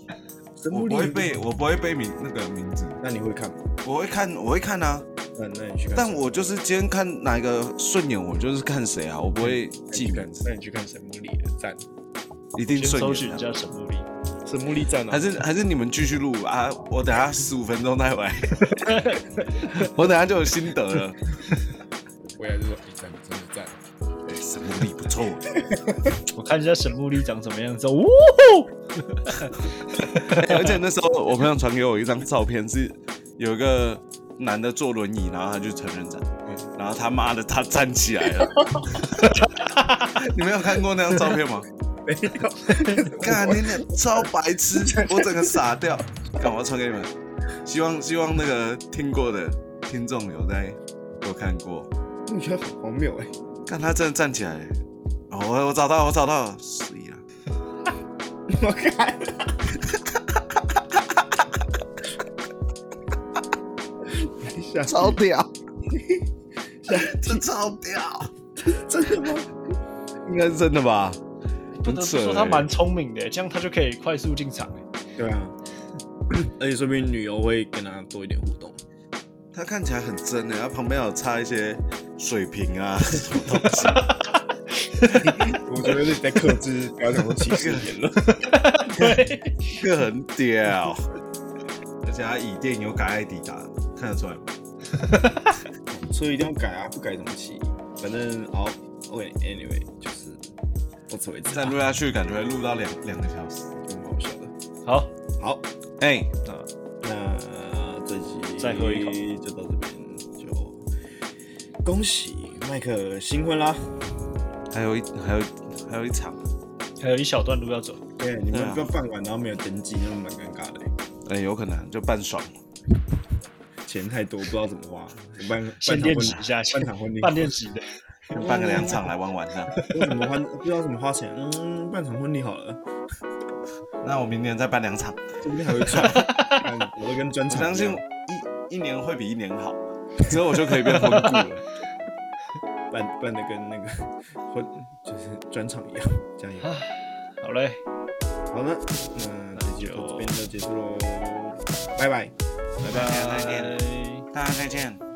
A: 神
C: 我
A: 木利，
C: 不会背，我不会背名那个名字，
A: 那你会看吗？
C: 我会看，我会看啊。
A: 那那你去看神木利，
C: 但我就是今天看哪一个顺眼，我就是看谁啊，我不会
A: 那你
C: 记
A: 去
C: 名
A: 看，
C: 字，
A: 那你去看神木利的赞，
C: 一定
B: 先
C: 顺
B: 搜
C: 眼
B: 寻一
C: 这样。
B: 下神木力。
A: 神木利赞啊
C: 还是还是你们继续录啊，我等下十五分钟
B: [laughs]
C: 再回来，我等下就有心得了。
A: 回来就说，哎、赞，真的赞。
C: 哎，神木力不错，
B: 我看一下神木力长什么样子。哦呜呼！
C: 哎 [laughs] 而且那时候我朋友传给我一张照片，是有一个男的坐轮椅，然后他去成人展，然后他妈的他站起来了。你没有看过那张照片吗？
A: 没
C: [laughs]
A: 有，
C: 看你俩超白痴，我整个傻掉。干我要传给你们，希望希望那个听过的听众有在有看过。
A: 我觉得好荒谬哎、
C: 看他真的站起来了，哦，我我找到了我找到了，死一了。
A: 我
C: [laughs]
A: 看，等一下，
C: [laughs] 屌，这超屌，
A: 真的吗？
C: 应该是真的吧？
B: 不得不
C: 很扯
B: 说
C: 欸
B: 他蛮聪明的，这样他就可以快速进场。欸
A: 对 [laughs] 啊，而且说不定旅游会跟他多一点互 [laughs] 动。
C: 他看起来很真欸的，他旁边有插一些水瓶啊 [laughs] 什么东西，
A: 我觉得你在克制，不要讲出歧视言 [laughs] 论。
B: 对，
C: 这个很屌。而且他椅垫有改艾迪达，看得出来吗？
A: 所以一定要改啊，不改怎么骑？反正好，OK，Anyway，、就是到此为止、
C: 再
A: 啊，
C: 录下去感觉会录到两两个小时。
A: 就蛮好笑的。
B: 好，
A: 好，
C: 哎、
A: 那呃这集
B: 再喝一口
A: 就到这边，就恭喜麦克新婚啦！
C: 还有一还有还有一场，
B: 还有一小段路要走。
A: 对，你
C: 对
A: 们
C: 啊
A: 个饭馆然后没有登记，那蛮尴尬的、
C: 哎、有可能就半爽。
A: 钱太多，不知道怎么花，办办
B: 先
A: 场
B: 练
A: 婚
B: 习一下先
A: 办场
B: [laughs]
A: 婚礼，
B: 半练习的，
C: 办个 [laughs] 两场来玩玩这样，
A: 不知道怎么花，不知道怎么花钱，嗯，办场婚礼好了。
C: 那我明年再办两场，
A: 说不定还会
C: [laughs]
A: 赚。看我都跟专
C: 我
A: 场一样，
C: 相信一一年会比一年好，之后我就可以变红固了。
A: 办办的跟那个婚就是专场一样，加油！
B: 好嘞，
A: 好了，那这期就到这边就结束喽，拜拜。
C: 拜拜，再见，
B: 拜。
C: [laughs] 大家再见。